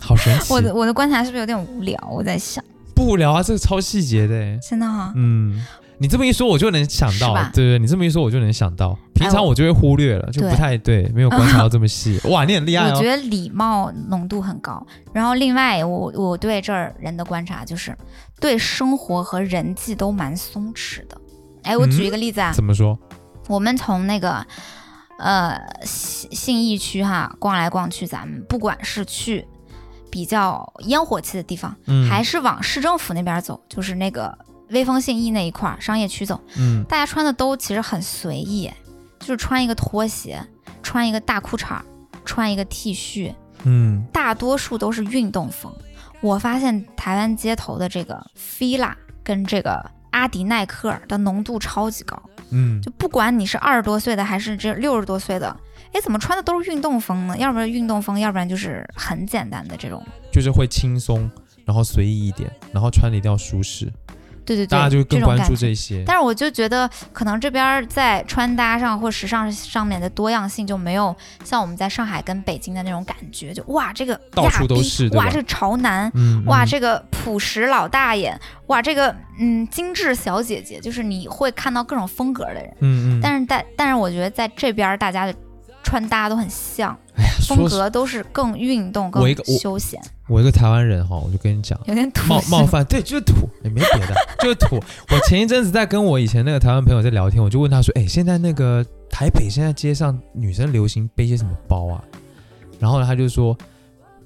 C: 好神奇
A: 我。的我的观察是不是有点无聊？我在想，
C: 不无聊啊，这个超细节的欸，
A: 真的 哈、
C: 嗯。你这么一说，我就能想到
A: 是吧，哎
C: 对对，你这么一说，我就能想到。平常
A: 我
C: 我就会忽略了，就
A: 对
C: 不太对，没有观察到这么细。哇，你很厉害
A: 我
C: 哦
A: 觉！得礼貌浓度很高。然后另外我我对这儿人的观察就是，对生活和人际都蛮松弛的。哎，我
C: 嗯
A: 举一个例子啊，
C: 怎么说？
A: 我们从那个呃信信义区哈逛来逛去，咱们不管是去比较烟火气的地方，
C: 嗯，
A: 还是往市政府那边走，就是那个威风信义那一块儿商业区走，
C: 嗯，
A: 大家穿的都其实很随意，就是穿一个拖鞋，穿一个大裤衩儿，穿一个 T 恤，
C: 嗯，
A: 大多数都是运动风。我发现台湾街头的这个 fila 跟这个阿迪耐克的浓度超级高，
C: 嗯，
A: 就不管你是二十多岁的还是这六十多岁的，哎，怎么穿的都是运动风呢？要不然运动风，要不然就是很简单的这种。
C: 就是会轻松，然后随意一点，然后穿的一定要舒适，
A: 对对对，
C: 大家就更
A: 这种
C: 关
A: 感
C: 注
A: 觉
C: 这些。
A: 但是我就觉得，可能这边儿在穿搭上或时尚上面的多样性就没有像我们在上海跟北京的那种感觉，就哇这个
C: 到
A: 亚
C: 处都
A: 逼
C: 是对
A: 哇
C: 吧
A: 这个潮男，
C: 嗯，
A: 哇
C: 嗯
A: 这个朴实老大爷，哇这个嗯精致小姐姐，就是你会看到各种风格的人。
C: 嗯嗯，
A: 但是在但是我觉得在这边儿大家的穿搭都很像，
C: 哎呀，
A: 风
C: 说是
A: 格都是更运动、更
C: 我一个我
A: 休闲，
C: 我一个台湾人哈，我就跟你讲。
A: 有点土
C: 冒
A: 是
C: 冒
A: 吗
C: 犯，对，就是 土，也没别的，就是土。我前一阵子在跟我以前那个台湾朋友在聊天，我就问他说：“哎，现在那个台北现在街上女生流行背些什么包啊？”然后呢，他就说：“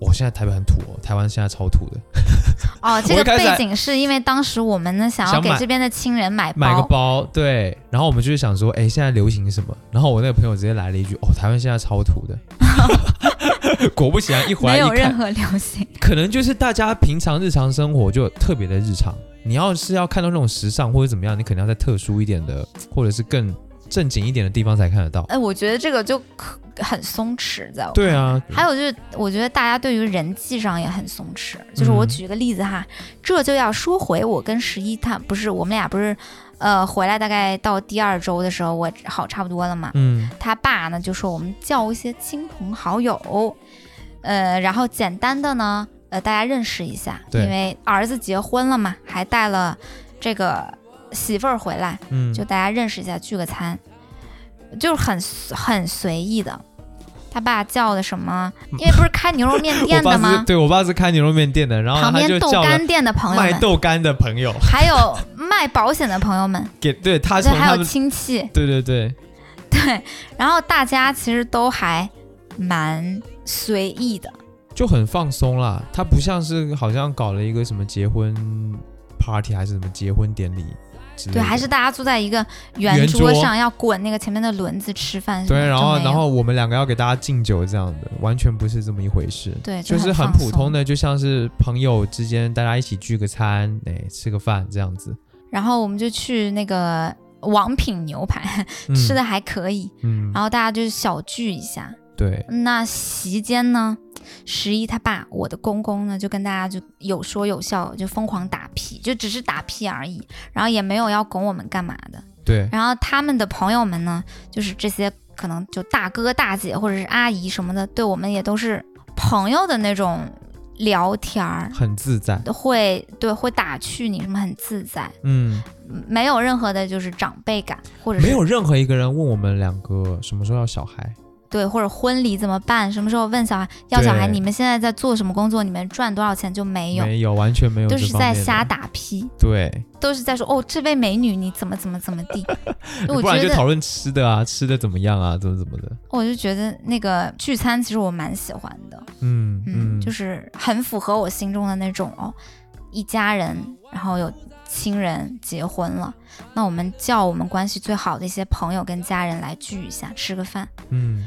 C: 我现在台北很土哦，台湾现在超土的，
A: 哦。这
C: 我
A: 个
C: 一开始
A: 背
C: 还
A: 景是因为当时我们呢想要
C: 想
A: 给
C: 买
A: 这边的亲人买包，
C: 买个包，对。然后我们就是想说，哎，现在流行什么？然后我那个朋友直接来了一句，哦，台湾现在超土的。 果不其然，一回来
A: 没
C: 一
A: 有任
C: 看，
A: 何流行。
C: 可能就是大家平常日常生活就特别的日常。你要是要看到那种时尚或者怎么样，你可能要在特殊一点的，或者是更正经一点的地方才看得到。
A: 哎，我觉得这个就可很松弛，在我。
C: 对啊，
A: 还有就是，我觉得大家对于人际上也很松弛。就是我
C: 嗯
A: 举一个例子哈，这就要说回我跟十一他不是我们俩不是，呃，回来大概到第二周的时候，我好差不多了嘛。
C: 嗯
A: 他爸呢就说我们叫一些亲朋好友，呃，然后简单的呢，呃，大家认识一下，因
C: 对
A: 为儿子结婚了嘛，还带了这个媳妇儿回来，
C: 嗯，
A: 就大家认识一下，聚个餐，就是很很随意的。他爸叫的什么？因为不是开牛肉面店
C: 嗯 我
A: 的
C: 爸是
A: 吗？
C: 对我爸是开牛肉面店的，然后
A: 旁
C: 他
A: 边
C: 就
A: 豆
C: 叫了
A: 干店的朋友
C: 卖
A: 们，
C: 豆干的朋友
A: 还有卖保险的朋友们，
C: 给，对他
A: 对，
C: 从
A: 还
C: 他
A: 有
C: 们，
A: 亲戚，
C: 对对对，
A: 对。然后大家其实都还蛮随意的，
C: 就很放松啦。他不像是好像搞了一个什么结婚 party 还是什么结婚典礼之类的。
A: 对，还是大家坐在一个圆
C: 嗯圆
A: 桌
C: 桌
A: 上，要滚那个前面的轮子吃饭什 么
C: 对，
A: 的
C: 然
A: 就
C: 后
A: 没有
C: 然后我们两个要给大家敬酒这样的，完全不是这么一回事。
A: 对，
C: 就是很
A: 很放
C: 普
A: 松
C: 通。的，就像是朋友之间大家一起聚个餐，哎，吃个饭这样子。
A: 然后我们就去那个王品牛排，
C: 嗯、
A: 吃的还可以，
C: 嗯，
A: 然后大家就是小聚一下。
C: 对，
A: 那席间呢，十一他爸我的公公呢就跟大家就有说有笑，就疯狂打屁，就只是打屁而已，然后也没有要拱我们干嘛的。
C: 对，
A: 然后他们的朋友们呢，就是这些可能就大哥大姐或者是阿姨什么的，对我们也都是朋友的那种聊天儿，
C: 很自在。
A: 会对会打趣你什么很自在，
C: 嗯，
A: 没有任何的就是长辈感，或者
C: 没
A: 是
C: 有任何一个人问我们两个什么时候要小孩。
A: 对或者婚礼怎么办，什么时候问小孩要小孩，
C: 对
A: 你们现在在做什么工作，你们赚多少钱就没有，
C: 没有，完全没有
A: 都
C: 这
A: 是
C: 方面
A: 在
C: 的，
A: 瞎打屁，
C: 对，
A: 都是在说哦这位美女你怎么怎么怎么 地，我
C: 不然
A: 觉
C: 就
A: 得
C: 讨论吃的啊，吃的怎么样啊，怎么怎么的，
A: 我就觉得那个聚餐其实我蛮喜欢的。
C: 嗯
A: 嗯，就是是很符合我心中的那种哦，一家人，然后有亲人结婚了，那我们叫我们关系最好的一些朋友跟家人来聚一下，吃个饭。
C: 嗯，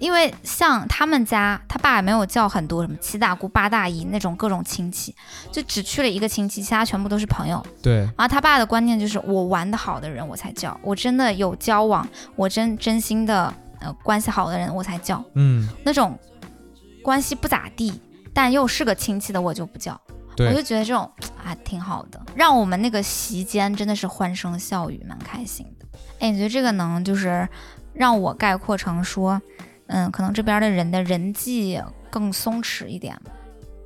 A: 因为像他们家，他爸也没有叫很多什么七大姑八大姨那种各种亲戚，就只去了一个亲戚，其他全部都是朋友。
C: 对，
A: 然后他爸的观念就是，我玩的好的人我才叫，我真的有交往，我真真心的呃关系好的人我才叫。
C: 嗯，
A: 那种关系不咋地，但又是个亲戚的，我就不叫。我就
C: 对，
A: 觉得这种啊挺好的，让我们那个席间真的是欢声笑语，蛮开心的。哎，你觉得这个能就是让我概括成说，嗯，可能这边的人的人际更松弛一点，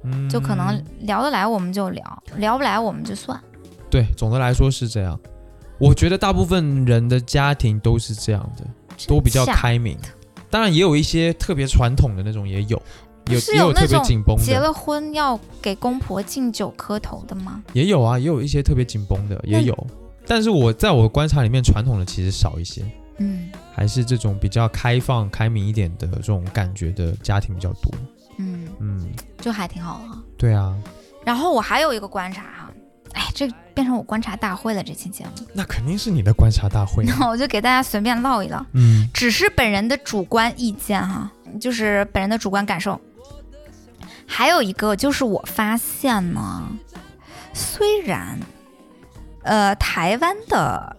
C: 嗯，
A: 就可能聊得来我们就聊，聊不来我们就算。
C: 对，总的来说是这样。我觉得大部分人的家庭都是这样的，都比较
A: 真假
C: 开明。当然，也有一些特别传统的那种，也有，有
A: 是
C: 也
A: 有
C: 有
A: 那
C: 特别
A: 种
C: 紧绷
A: 结
C: 的，
A: 了婚要给公婆敬酒磕头的吗？
C: 也有啊，也有一些特别紧绷的，
A: 那
C: 也有。但是我在我观察里面，传统的其实少一些，
A: 嗯
C: 还是这种比较开放、开明一点的这种感觉的家庭比较多。
A: 嗯，
C: 嗯，
A: 就还挺好的。
C: 对啊，
A: 然后我还有一个观察哈，哎，这变成我观察大会了这期节目，
C: 那肯定是你的观察大会啊
A: 然后我就给大家随便唠一唠，
C: 嗯
A: 只是本人的主观意见哈，就是本人的主观感受。还有一个就是我发现呢，虽然呃台湾的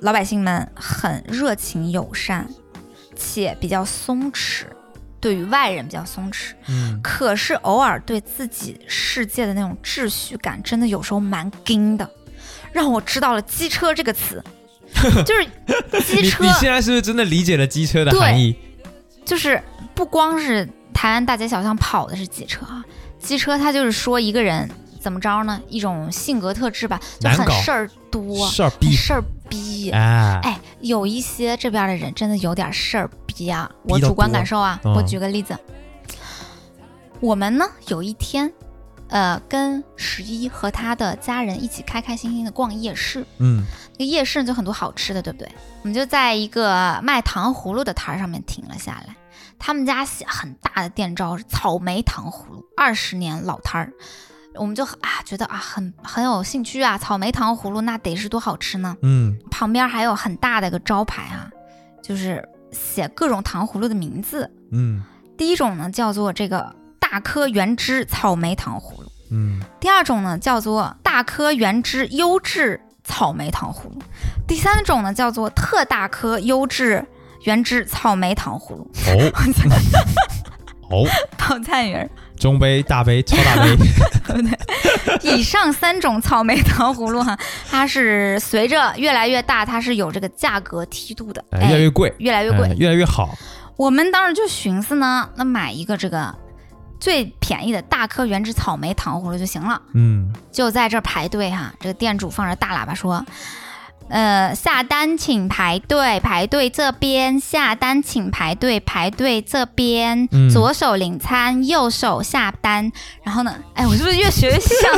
A: 老百姓们很热情友善，且比较松弛，对于外人比较松弛，
C: 嗯，
A: 可是偶尔对自己世界的那种秩序感，真的有时候蛮惊的，让我知道了“机车”这 个词，就是
C: 你
A: 机
C: 你
A: 车，
C: 现在是不是真的理解了机车的含义？
A: 就是不光是台湾大街小巷跑的是机车啊，机车它就是说一个人怎么着呢，一种性格特质吧，就
C: 难
A: 很
C: 搞
A: 事儿多，
C: 事儿
A: 很
C: 逼
A: 事儿逼。
C: 啊，
A: 哎，有一些这边的人真的有点事儿逼啊，我
C: 逼得
A: 主观
C: 多
A: 感受啊，
C: 嗯
A: 我举个例子，我们呢有一天，呃，跟十一和他的家人一起开开心心的逛夜市，
C: 嗯
A: 那个夜市就很多好吃的，对不对？我们就在一个卖糖葫芦的摊儿上面停了下来。他们家很大的店招是草莓糖葫芦，二十年老摊儿，我们就啊觉得啊很很有兴趣啊，草莓糖葫芦那得是多好吃呢。
C: 嗯，
A: 旁边还有很大的一个招牌啊，就是写各种糖葫芦的名字。
C: 嗯
A: 第一种呢叫做这个大颗原汁草莓糖葫芦，
C: 嗯，
A: 第二种呢叫做大颗原汁优质草莓糖葫芦，第三种呢叫做特大颗优质原汁草莓糖葫芦。
C: 哦哦，
A: 好菜名儿，
C: 中杯、大杯、超大 杯，
A: 以上三种草莓糖葫芦哈、啊它是随着越来越大，它是有这个价格梯度的，
C: 哎越来越贵，
A: 越来越贵
C: 哎。越来越好，
A: 我们当时就寻思呢，那买一个这个最便宜的大颗原汁草莓糖葫芦就行了。
C: 嗯
A: 就在这儿排队哈，这个店主放着大喇叭说：“呃，下单请排队，排队这边；下单请排队，排队这边。
C: 嗯
A: 左手领餐，右手下单。”然后呢，哎，我是不是越学越像？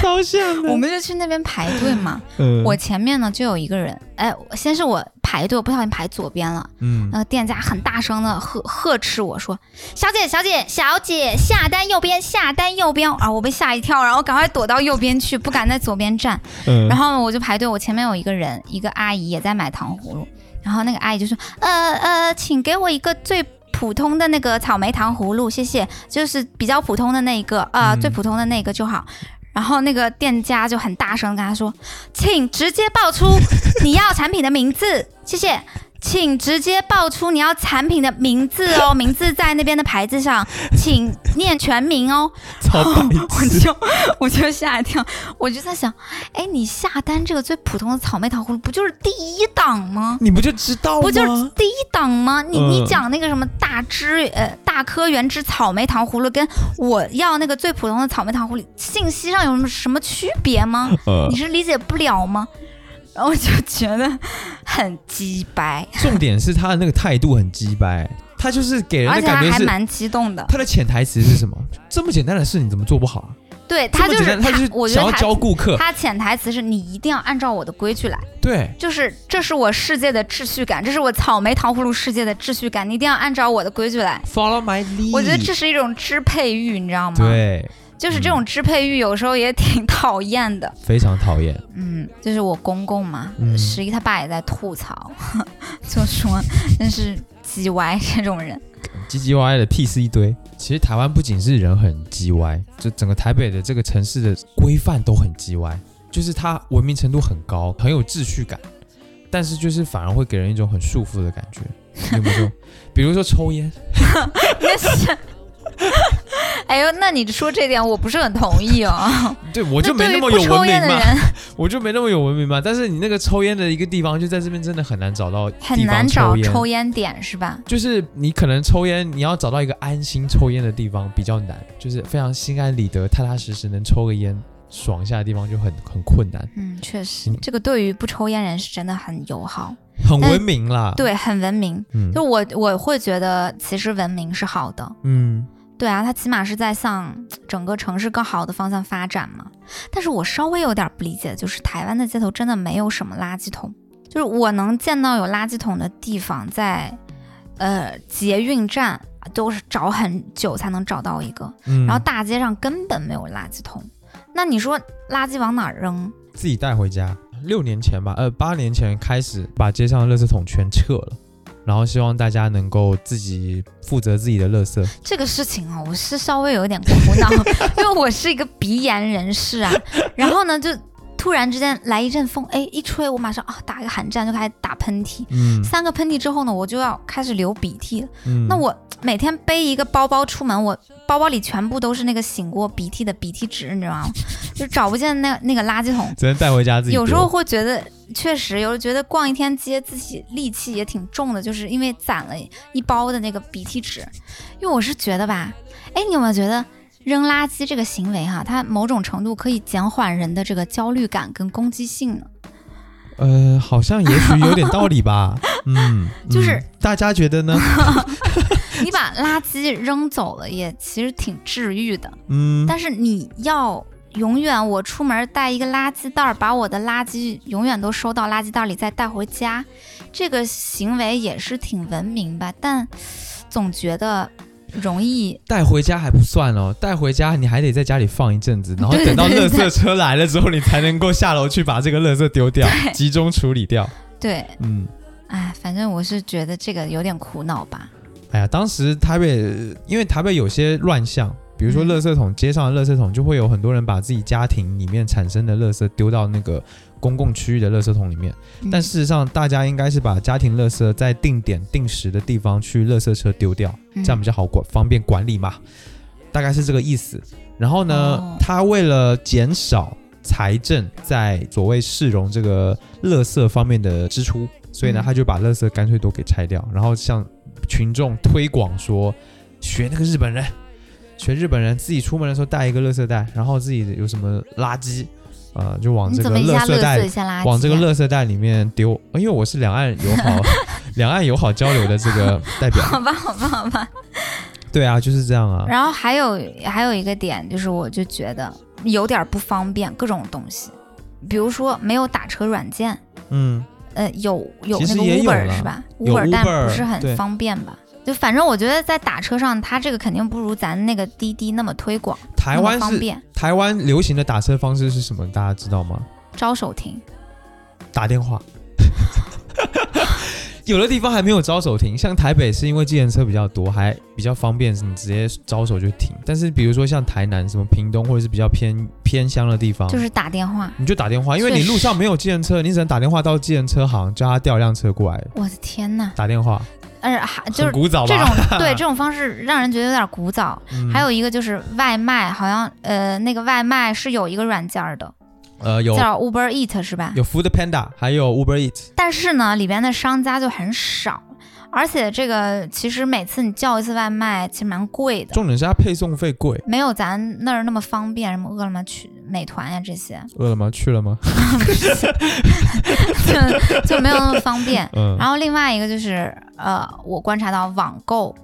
C: 超像
A: 我，们就去那边排队嘛。
C: 嗯
A: 我前面呢就有一个人，哎，先是我排队，我不小心排左边了。
C: 嗯
A: 那个店家很大声的呵呵斥我说：“小姐，小姐，小姐，下单右边，下单右边！”啊，我被吓一跳，然后赶快躲到右边去，不敢在左边站。
C: 嗯，
A: 然
C: 后
A: 后我就排队，我前面有一个人，一个阿姨也在买糖葫芦，然后那个阿姨就说：“呃呃，请给我一个最普通的那个草莓糖葫芦，谢谢，就是比较普通的那一个，呃，
C: 嗯
A: 最普通的那个就好。”然后那个店家就很大声地跟他说：“请直接 报出你要产品的名字，谢谢。”请直接报出你要产品的名字哦，名字在那边的牌子上，请念全名哦。
C: 超白
A: 我
C: 痴，
A: 就我就吓一跳，我就在想，哎，你下单这个最普通的草莓糖葫芦不就是第一档吗？
C: 你不就知哦道吗？
A: 不就是第一档吗？你
C: 嗯
A: 你讲那个什么大枝呃大颗原汁草莓糖葫芦，跟我要那个最普通的草莓糖葫芦，信息上有什么什么区别吗？
C: 呃
A: 你，是理解不了吗？然后我就觉得很鸡 掰，
C: 重点是他的那个态度很鸡掰，他就是给人
A: 而
C: 的
A: 且他
C: 哎感觉
A: 还
C: 是。
A: 蛮激动的。
C: 他的潜台词是什么？这么简单的事你怎么做不好啊？
A: 对他
C: 这
A: 就
C: 么
A: 是
C: 简单，他就
A: 我
C: 是
A: 觉
C: 想要
A: 得他
C: 教顾客。
A: 他潜台词是你一定要按照我的规矩来。
C: 对，
A: 就是这是我世界的秩序感，这是我草莓糖葫芦世界的秩序感，你一定要按照我的规矩来。
C: Follow my lead。
A: 我觉得这是一种支配欲，你知道吗？，
C: 对
A: 就是这种支配欲，有时候也挺讨厌的。
C: 非常讨厌。
A: 嗯，就是我公公嘛，
C: 嗯
A: 十一他爸也在吐槽， 就说真是鸡歪这种人。
C: 唧唧歪歪的屁是一堆。其实台湾不仅是人很唧歪，就整个台北的这个城市的规范都很唧歪，就是它文明程度很高，很有秩序感，但是就是反而会给人一种很束缚的感觉。你有没有 说？比如说抽烟，
A: 那是，哎呦，那你说这点我不是很同意哦。
C: 对我就没
A: 那对于
C: 那么
A: 不
C: 有
A: 抽
C: 文
A: 烟的
C: 明嘛，
A: 人
C: 我就没那么有文明嘛。但是你那个抽烟的一个地方，就在这边真的很难找到
A: 很
C: 地
A: 难
C: 方
A: 找
C: 烟。
A: 抽烟点是吧？
C: 就是你可能抽烟，你要找到一个安心抽烟的地方比较难，就是非常心安理得、踏踏实实能抽个烟爽一下的地方就很很困难，
A: 嗯，确实
C: 嗯，
A: 这个对于不抽烟人是真的很友好。
C: 很文明啦。，
A: 对，很文明。
C: 嗯
A: 就我我会觉得，其实文明是好的，
C: 嗯，
A: 对啊，它起码是在向整个城市更好的方向发展嘛。但是我稍微有点不理解，就是台湾的街头真的没有什么垃圾桶，就是我能见到有垃圾桶的地方在，呃，捷运站都是找很久才能找到一个，
C: 嗯
A: 然后大街上根本没有垃圾桶。那你说垃圾往哪儿扔？
C: 自己带回家。六年前吧，呃，八年前开始把街上的垃圾桶全撤了，然后希望大家能够自己负责自己的垃圾。
A: 这个事情啊，我是稍微有一点苦恼， 因为我是一个鼻炎人士啊。然后呢，就突然之间来一阵风，哎，一吹我马上啊打一个寒战，就开始打喷嚏。
C: 嗯
A: 三个喷嚏之后呢，我就要开始流鼻涕了。
C: 嗯，
A: 那我每天背一个包包出门，我包包里全部都是那个醒过鼻涕的鼻涕纸，你知道吗？就找不见那那个垃圾桶。
C: 只能带回家自己丢。
A: 有时候会觉得，确实有时候觉得逛一天街自己戾气也挺重的，就是因为攒了一包的那个鼻涕纸。因为我是觉得吧，哎，你有没有觉得扔垃圾这个行为哈、它某种程度可以减缓人的这个焦虑感跟攻击性呢？
C: 呃，好像也许有点道理 吧。嗯，
A: 就是
C: 嗯大家觉得 呢？
A: 你把垃圾扔走了也其实挺治愈的，
C: 嗯，
A: 但是你要。永远，我出门带一个垃圾袋儿，把我的垃圾永远都收到垃圾袋里，再带回家，这个行为也是挺文明吧？但总觉得容易
C: 带回家还不算哦，带回家你还得在家里放一阵子，然后
A: 对
C: 等到
A: 对
C: 垃
A: 对
C: 圾车来了之后，你才能够下楼去把这个垃圾丢掉，集中处理掉。
A: 对，
C: 嗯，
A: 哎，反正我是觉得这个有点苦恼吧。
C: 哎呀，当时台北，因为台北有些乱象，比如说
A: 嗯
C: 垃圾桶，街上的垃圾桶就会有很多人把自己家庭里面产生的垃圾丢到那个公共区域的垃圾桶里面，
A: 嗯
C: 但事实上大家应该是把家庭垃圾在定点定时的地方去垃圾车丢掉。
A: 嗯
C: 这样比较好管，方便管理嘛，大概是这个意思。然后呢，
A: 哦
C: 他为了减少财政在所谓市容这个垃圾方面的支出，所以呢，
A: 嗯
C: 他就把垃圾干脆都给拆掉，然后向群众推广说，学那个日本人，学日本人自己出门的时候带一个垃圾袋，然后自己有什么垃圾，呃，就往
A: 你
C: 这
A: 怎
C: 个
A: 么一
C: 垃
A: 下
C: 圾
A: 勒
C: 袋
A: 索一下垃圾啊？
C: 往这个垃圾袋里面丢，因为我是两岸友好两岸友好交流的这个代表，
A: 好吧，好吧，好吧。
C: 对啊，就是这样啊。
A: 然后还有还有一个点就是，我就觉得有点不方便，各种东西，比如说没有打车软件。
C: 嗯
A: 呃有有
C: 其
A: 那
C: 实
A: 个
C: 也有
A: Uber
C: 了
A: 是吧
C: 有
A: 但
C: Uber，
A: 不是
C: 对
A: 很方便吧？就反正我觉得在打车上，它这个肯定不如咱那个滴滴那么推广，
C: 台湾
A: 那么方
C: 是
A: 便，
C: 台湾流行的打车方式是什么？大家知道吗？
A: 招手停。
C: 打电话。 有的地方还没有招手停，像台北是因为计程车比较多，还比较方便，你直接招手就停。但是比如说像台南、什么屏东，或者是比较偏偏乡的地方，
A: 就是打电话。
C: 你就打电话，因为你
A: 确实
C: 路上没有计程车，你只能打电话到计程车行，叫他调一辆车过来。
A: 我的天呐，
C: 打电话，
A: 呃，还就是
C: 很古早
A: 这
C: 吧？
A: 种对这种方式让人觉得有点古早。
C: 嗯
A: 还有一个就是外卖，好像呃那个外卖是有一个软件儿的，
C: 呃有
A: 叫 Uber Eat 是吧？
C: 有 Food Panda，还有 Uber Eat，
A: 但是呢，里边的商家就很少，而且这个其实每次你叫一次外卖其实蛮贵的，
C: 重点是它配送费贵。
A: 没有咱那儿那么方便，什么饿了么、去美团呀、这些，
C: 饿了吗？去了吗？
A: 就就没有那么方便。
C: 嗯，
A: 然后另外一个就是，呃，我观察到网购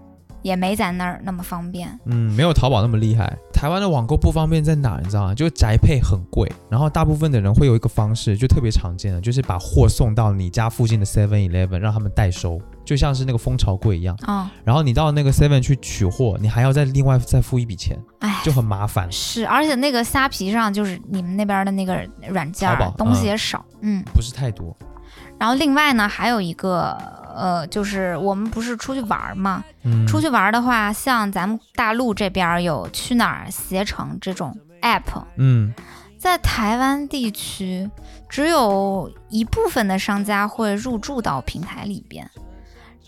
A: 也没咱那儿那么方便。
C: 嗯，没有淘宝那么厉害。台湾的网购不方便在哪？你知道吗？就是宅配很贵，然后大部分的人会有一个方式，就特别常见的，就是把货送到你家附近的 Seven Eleven，让他们代收，就像是那个蜂巢柜一样。
A: 哦，
C: 然后你到那个 Seven 去取货，你还要再另外再付一笔钱，
A: 哎，
C: 就很麻烦。
A: 是，而且那个虾皮上就是你们那边的那个软件儿
C: 淘宝，
A: 东
C: 嗯
A: 西也少，嗯。
C: 不是太多，
A: 然后另外呢，还有一个，呃，就是我们不是出去玩儿嘛，
C: 嗯，
A: 出去玩儿的话，像咱们大陆这边儿有去哪儿携程这种 app，
C: 嗯，
A: 在台湾地区只有一部分的商家会入驻到平台里边，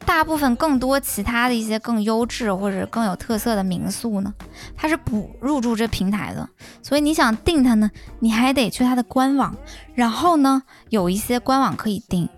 A: 大部分更多其他的一些更优质或者更有特色的民宿呢，它是不入驻这平台的。所以你想订它呢，你还得去它的官网，然后呢，有一些官网可以订，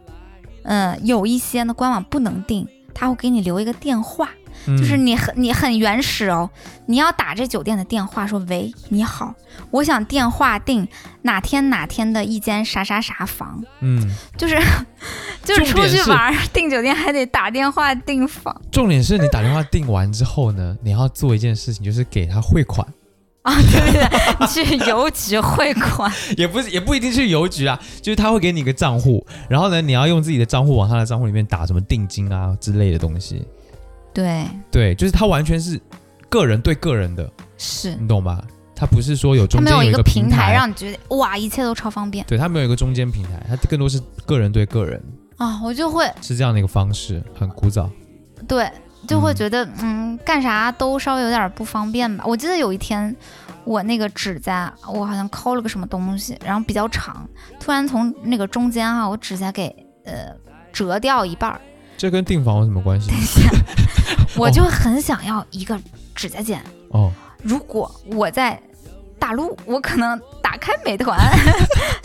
A: 嗯，有一些呢官网不能订，它会给你留一个电话。
C: 嗯
A: 就是你很你很原始哦，你要打这酒店的电话说喂，你好，我想电话订哪天哪天的一间啥啥啥房，
C: 嗯，
A: 就是 就是
C: 重
A: 出
C: 点
A: 去
C: 是
A: 玩儿订酒店还得打电话订房
C: 重点是你打电话订完之后呢，你要做一件事情，就是给他汇款，
A: 啊，对不对？ 你去邮局汇款，
C: 也不是也不一定去邮局啊，就是他会给你一个账户，然后呢，你要用自己的账户往他的账户里面打什么定金啊之类的东西。
A: 对，
C: 对，就是他完全是个人对个人的，
A: 是
C: 你懂吧？他不是说有嗯
A: 它
C: 中
A: 没
C: 间
A: 有
C: 一
A: 一
C: 个
A: 个平
C: 台
A: 台让你觉得哇，一切都超方便
C: 对他没有一个中间平台，他更多是个人对个人，
A: 啊，我就会
C: 是这样的一个方式，很古早。
A: 对，就会
C: 嗯
A: 觉得嗯干啥都稍微有点不方便吧。我记得有一天，我那个指甲我好像抠了个什么东西，然后比较长，突然从那个中间哈、我指甲给呃折掉一半儿。
C: 这跟订房有什么关系
A: 等？一下，我
C: 哦
A: 就很想要一个指甲剪。
C: 哦，
A: 如果我在大陆，我可能打开美团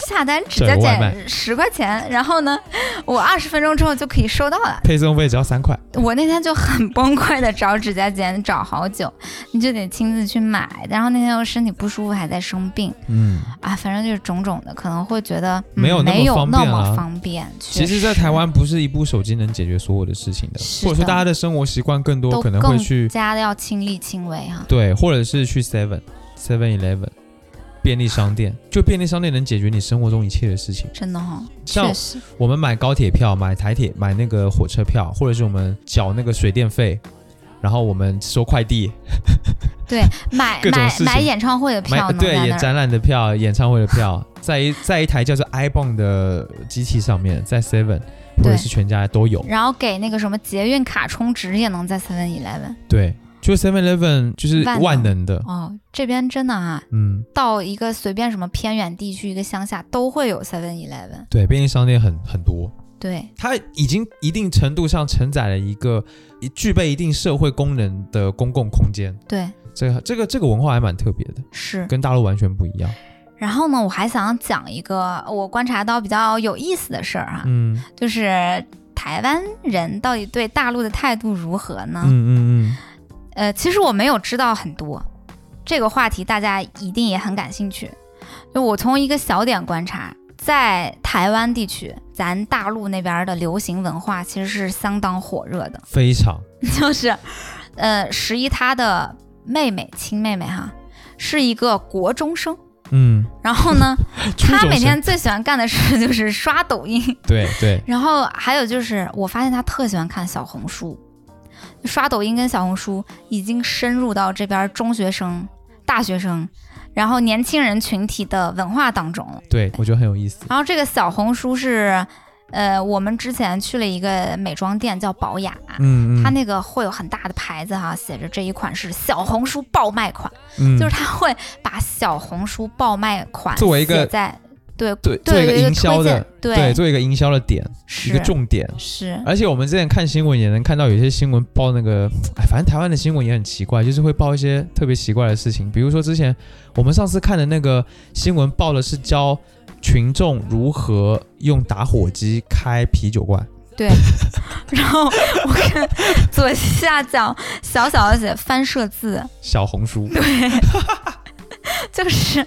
A: 下单指
C: 叫
A: 甲
C: 个外
A: 剪十块钱，然后呢，我二十分钟之后就可以收到了。
C: 配送费只要三块。
A: 我那天就很崩溃的找指甲剪，找好久，你就得亲自去买。然后那天又身体不舒服，还在生病
C: 嗯，
A: 啊，反正就是种种的，可能会觉得、嗯
C: 没有那么
A: 没有
C: 方
A: 那
C: 便
A: 么
C: 啊
A: 方便。
C: 其实，在
A: 确实
C: 台湾不是一部手机能解决所有的事情的，
A: 是的
C: 或者说大家的生活习惯更多
A: 都
C: 可能
A: 更
C: 会去
A: 加的要亲力亲为啊哈、
C: 对，或者是去 Seven、Seven Eleven 便利商
A: 啊
C: 店，就便利商店能解决你生活中一切的事情。
A: 真的哈、
C: 像
A: 确实
C: 我们买高铁票、买台铁、买那个火车票，或者是我们缴那个水电费，然后我们收快递，
A: 买
C: 各种
A: 买
C: 事情
A: 买演唱会的
C: 买
A: 票呢，
C: 对
A: 在那
C: 演
A: 儿
C: 展览的票、演唱会的票，在一在一台叫做 iBon 的机器上面，在 Seven 或者
A: 对
C: 是全家都有。
A: 然后给那个什么捷运卡充值也能在 Seven Eleven
C: 对，就 Seven Eleven 就是
A: 万能
C: 万能的，
A: 哦，这边真的啊，
C: 嗯，
A: 到一个随便什么偏远地区、一个乡下都会有 Seven Eleven，
C: 对，便利商店很很多。
A: 对，
C: 它已经一定程度上承载了一个一具备一定社会功能的公共空间。
A: 对，
C: 这个这个这个文化还蛮特别的，
A: 是。
C: 跟大陆完全不一样。
A: 然后呢，我还想讲一个我观察到比较有意思的事儿啊，
C: 嗯
A: 就是台湾人到底对大陆的态度如何呢？
C: 嗯嗯
A: 呃，其实我没有知道很多，这个话题大家一定也很感兴趣。就我从一个小点观察，在台湾地区，咱大陆那边的流行文化其实是相当火热的
C: 嗯，，非常
A: 就是，呃，十一她的妹妹亲妹妹哈，是一个国中生。
C: 嗯
A: 然后呢，
C: 出
A: 他
C: 种
A: 每
C: 神
A: 天最喜欢干的事就是刷抖音，
C: 对对，
A: 然后还有就是，我发现他特喜欢看小红书，刷抖音跟小红书已经深入到这边中学生、大学生，然后年轻人群体的文化当中了。
C: 对我觉得很有意思。
A: 然后这个小红书是，呃，我们之前去了一个美妆店叫宝雅。
C: 嗯嗯，
A: 它那个会有很大的牌子哈、写着这一款是小红书爆卖款，
C: 嗯
A: 就是它会把小红书爆卖款
C: 作为一个
A: 写在对
C: 对做
A: 对
C: 一个
A: 有一个
C: 营销
A: 推
C: 的
A: 荐，
C: 对，做一个营销的点，一
A: 是
C: 个重点。
A: 是
C: 而且我们之前看新闻也能看到，有些新闻报那个，哎，反正台湾的新闻也很奇怪，就是会报一些特别奇怪的事情。比如说之前我们上次看的那个新闻报的是教群众如何用打火机开啤酒罐，
A: 对，然后我看左下角小小的写翻社字，
C: 小红 书。
A: 就是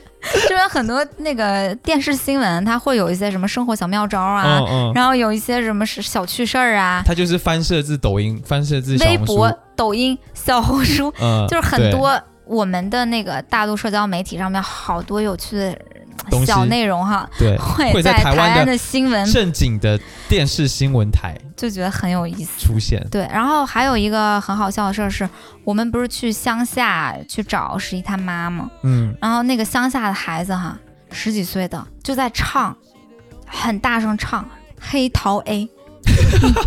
A: 这边很多那个电视新闻，它会有一些什么生活小妙招啊，
C: 嗯嗯，
A: 然后有一些什么是小趣事儿啊，
C: 它就是翻设至抖音，翻设至小
A: 微
C: 红书
A: 博、，抖音、小红书，
C: 嗯，
A: 就是很
C: 对
A: 多我们的那个大陆社交媒体上面好多有趣
C: 东西
A: 的小内容哈。
C: 对会
A: 会
C: 在台
A: 台
C: 湾的
A: 湾的新闻
C: 正经的电视新闻台
A: 就觉得很有意思，
C: 出现。
A: 对，然后还有一个很好笑的事儿是，我们不是去乡下去找十一他妈吗？
C: 嗯，
A: 然后那个乡下的孩子哈，十几岁的就在唱，很大声唱《黑桃 A》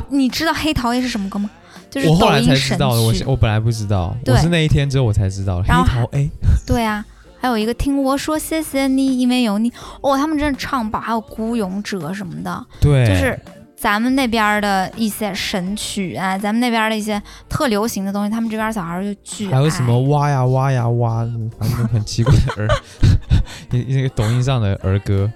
A: 你。你知道《黑桃 A》是什么歌吗？就是
C: 我后
A: 抖
C: 来才
A: 音
C: 知
A: 神
C: 道的，我
A: 曲。
C: 我本来不知道，
A: 对
C: 我是那一天之后我才知道的。黑哎
A: 然后
C: 桃 A，
A: 对啊，还有一个听我说谢谢你，因为有你。哦，他们真的唱爆，还有《孤勇者》什么的，
C: 对，
A: 就是咱们那边儿的一些神曲啊，咱们那边儿的一些特流行的东西，他们这边儿小孩儿就巨
C: 还有
A: 爱
C: 什么挖呀挖呀挖，嗯反正很奇怪的儿， 那那个抖音上的儿歌，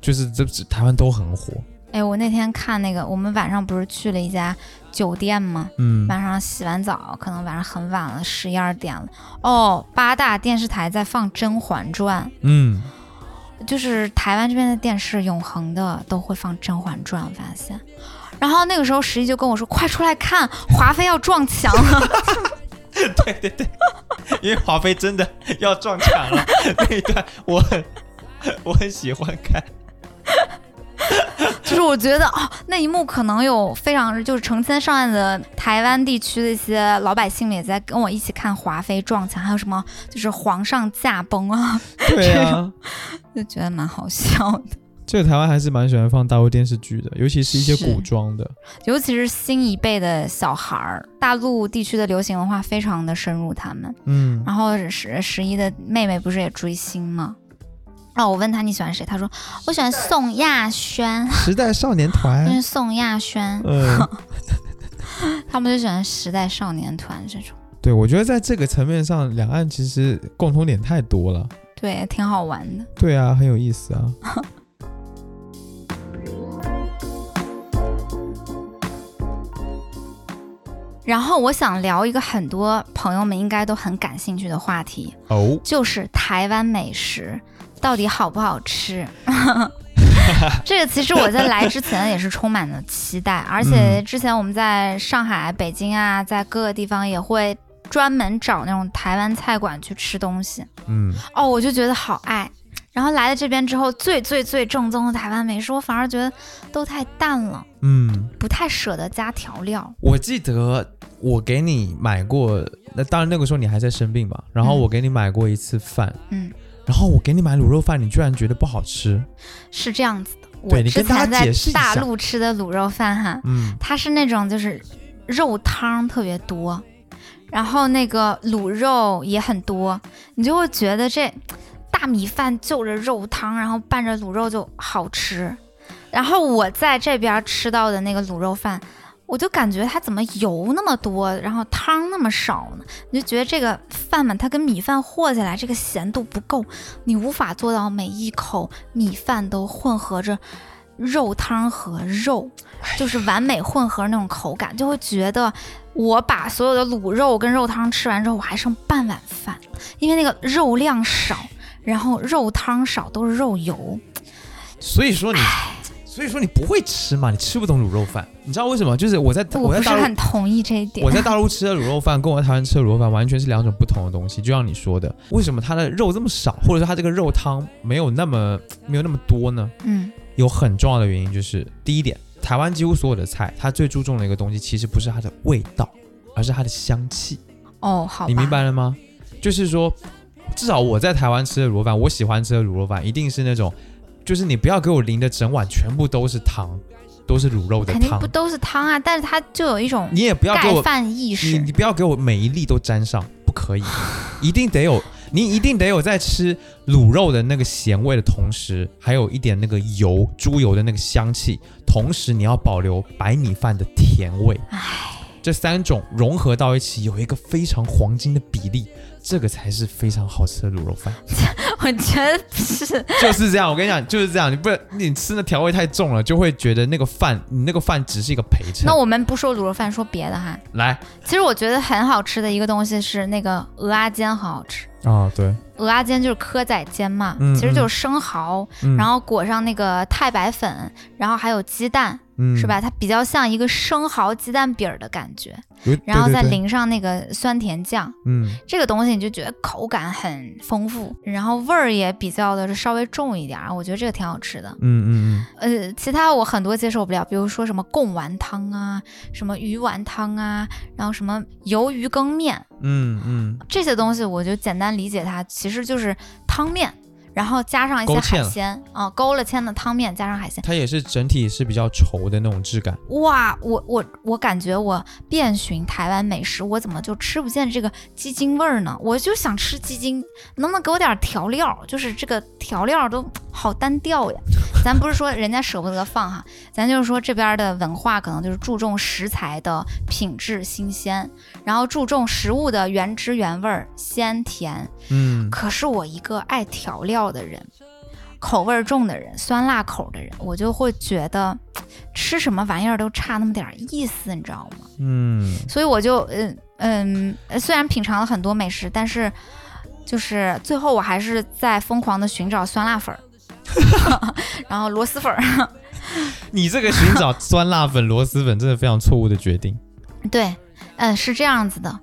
C: 就是这这台湾都很火。
A: 哎，我那天看那个，我们晚上不是去了一家酒店吗？
C: 嗯，
A: 晚上洗完澡，可能晚上很晚了，十一二点了。哦，八大电视台在放《甄嬛传
C: 嗯，》，
A: 就是台湾这边的电视永恒的都会放《甄嬛传》，我发现。然后那个时候，十一就跟我说：“快出来看，华妃要撞墙了。
C: 对对对，因为华妃真的要撞墙了那一段，我很我很喜欢看。”
A: 就是我觉得哦，那一幕可能有非常就是成千上万的台湾地区的一些老百姓们也在跟我一起看华妃撞墙，还有什么就是皇上驾崩啊，
C: 对啊，
A: 就觉得蛮好笑的，
C: 这个台湾还是蛮喜欢放大陆电视剧的，尤其是一些
A: 是
C: 古装的。
A: 尤其是新一辈的小孩儿，大陆地区的流行文化非常的深入他们。
C: 嗯，
A: 然后十十一的妹妹不是也追星吗？哦，我问她你喜欢谁，她说我喜欢宋亚轩，
C: 时代少年
A: 因为
C: 团，
A: 宋亚轩，
C: 嗯，
A: 他们就喜欢时代少年团这种，
C: 对，我觉得在这个层面上，两岸其实共同点太多了。
A: 对，挺好玩的。
C: 对啊，很有意思啊。
A: 然后我想聊一个很多朋友们应该都很感兴趣的话题，
C: 哦，
A: 就是台湾美食到底好不好 吃？这个其实我在来之前也是充满了期待，而
C: 嗯
A: 且之前我们在上海、北京啊，在各个地方也会专门找那种台湾菜馆去吃东西。
C: 嗯，
A: 哦，我就觉得好爱。然后来了这边之后，最最最正宗的台湾美食，我反而觉得都太淡了，
C: 嗯，
A: 不太舍得加调料。
C: 我记得我给你买过，那当然那个时候你还在生病嘛，然后
A: 嗯
C: 我给你买过一次饭，
A: 嗯，
C: 然后我给你买卤肉饭，你居然觉得不好吃，
A: 是这样子的。
C: 对
A: 我
C: 你
A: 之
C: 跟大家
A: 前在
C: 解释一
A: 大
C: 下
A: 陆吃的卤肉饭哈，
C: 嗯，
A: 它是那种就是肉汤特别多，然后那个卤肉也很多，你就会觉得这大米饭就着肉汤，然后拌着卤肉就好吃。然后我在这边吃到的那个卤肉饭，我就感觉它怎么油那么多，然后汤那么少呢？你就觉得这个饭嘛，它跟米饭和起来这个咸度不够，你无法做到每一口米饭都混合着肉汤和肉。就是完美混合那种口感，就会觉得我把所有的卤肉跟肉汤吃完之后，我还剩半碗饭，因为那个肉量少，然后肉汤少都是肉油，
C: 所以说你，所以说你不会吃嘛，你吃不懂卤肉饭，你知道为什么？就是我在
A: 我
C: 在
A: 不是
C: 大陆
A: 很同意这一点。
C: 我在大陆吃的卤肉饭跟我在台湾吃的卤肉饭完全是两种不同的东西，就像你说的，为什么它的肉这么少，或者说它这个肉汤没有那么没有那么多呢？
A: 嗯
C: 有很重要的原因就是第一点，台湾几乎所有的菜，它最注重的一个东西其实不是它的味道，而是它的香气。
A: 哦，好吧，
C: 你明白了吗？就是说，至少我在台湾吃的卤肉饭，我喜欢吃的卤肉饭一定是那种，就是你不要给我淋的整碗全部都是汤，都是卤肉的
A: 肯定
C: 汤
A: 不，都是汤啊，但是它就有一种
C: 你也不要给
A: 盖
C: 我
A: 饭意
C: 你
A: 识
C: 你。不要给我每一粒都沾上，不可 以，一定得有，你一定得有在吃卤肉的那个咸味的同时，还有一点那个油猪油的那个香气，同时你要保留白米饭的甜味，这三种融合到一起，有一个非常黄金的比例，这个才是非常好吃的卤肉 饭，
A: 我觉得不 是，
C: 就是这样。我跟你讲，就是这样，你不你吃的调味太重了，就会觉得那个饭，你那个饭只是一个陪衬
A: 那。我们不说卤肉饭，说别的哈。
C: 来
A: 其实我觉得很好吃的一个东西是那个鹅阿煎，好好吃。
C: 啊，对，
A: 鹅阿煎就是蚵仔煎嘛，
C: 嗯
A: 其实就是生蚝，
C: 嗯
A: 然后裹上那个太白粉，然后还有鸡蛋，
C: 嗯
A: 是？吧？它比较像一个生蚝鸡蛋饼儿的感觉，
C: 有
A: 然
C: 嗯
A: 后
C: 对对
A: 再
C: 对
A: 淋上那个酸甜酱，
C: 嗯。
A: 这个东西你就觉得口感很丰富，然后味儿也比较的是稍微重一点儿，我觉得这个挺好吃的。
C: 嗯嗯
A: 呃，其他我很多接受不了，比如说什么贡丸汤啊，什么鱼丸汤啊，然后什么鱿鱼羹面
C: 嗯嗯
A: 这些东西，我就简单理解它其实就是汤面，然后加上一
C: 勾
A: 些
C: 芡
A: 海
C: 了
A: 鲜啊，勾了芡的汤面加上海鲜，
C: 它也是整体是比较稠的那种质感。
A: 哇，我我我感觉我遍寻台湾美食，我怎么就吃不见这个鸡精味儿呢？我就想吃鸡精，能不能给我点儿调料？就是这个调料都好单调呀。咱不是说人家舍不得放哈，咱就是说这边儿的文化可能就是注重食材的品质新鲜，然后注重食物的原汁原味儿鲜甜。
C: 嗯，
A: 可是我一个爱调料的人，口味儿重的人，酸辣口的人，我就会觉得吃什么玩意儿都差那么点儿意思，你知道吗？
C: 嗯，
A: 所以我就嗯嗯，呃虽然品尝了很多美食，但是就是最后我还是在疯狂的寻找酸辣粉儿， 然后螺蛳粉儿，
C: 你这个寻找酸辣粉、螺蛳粉，真的非常错误的决定。
A: 对，嗯，是这样子的。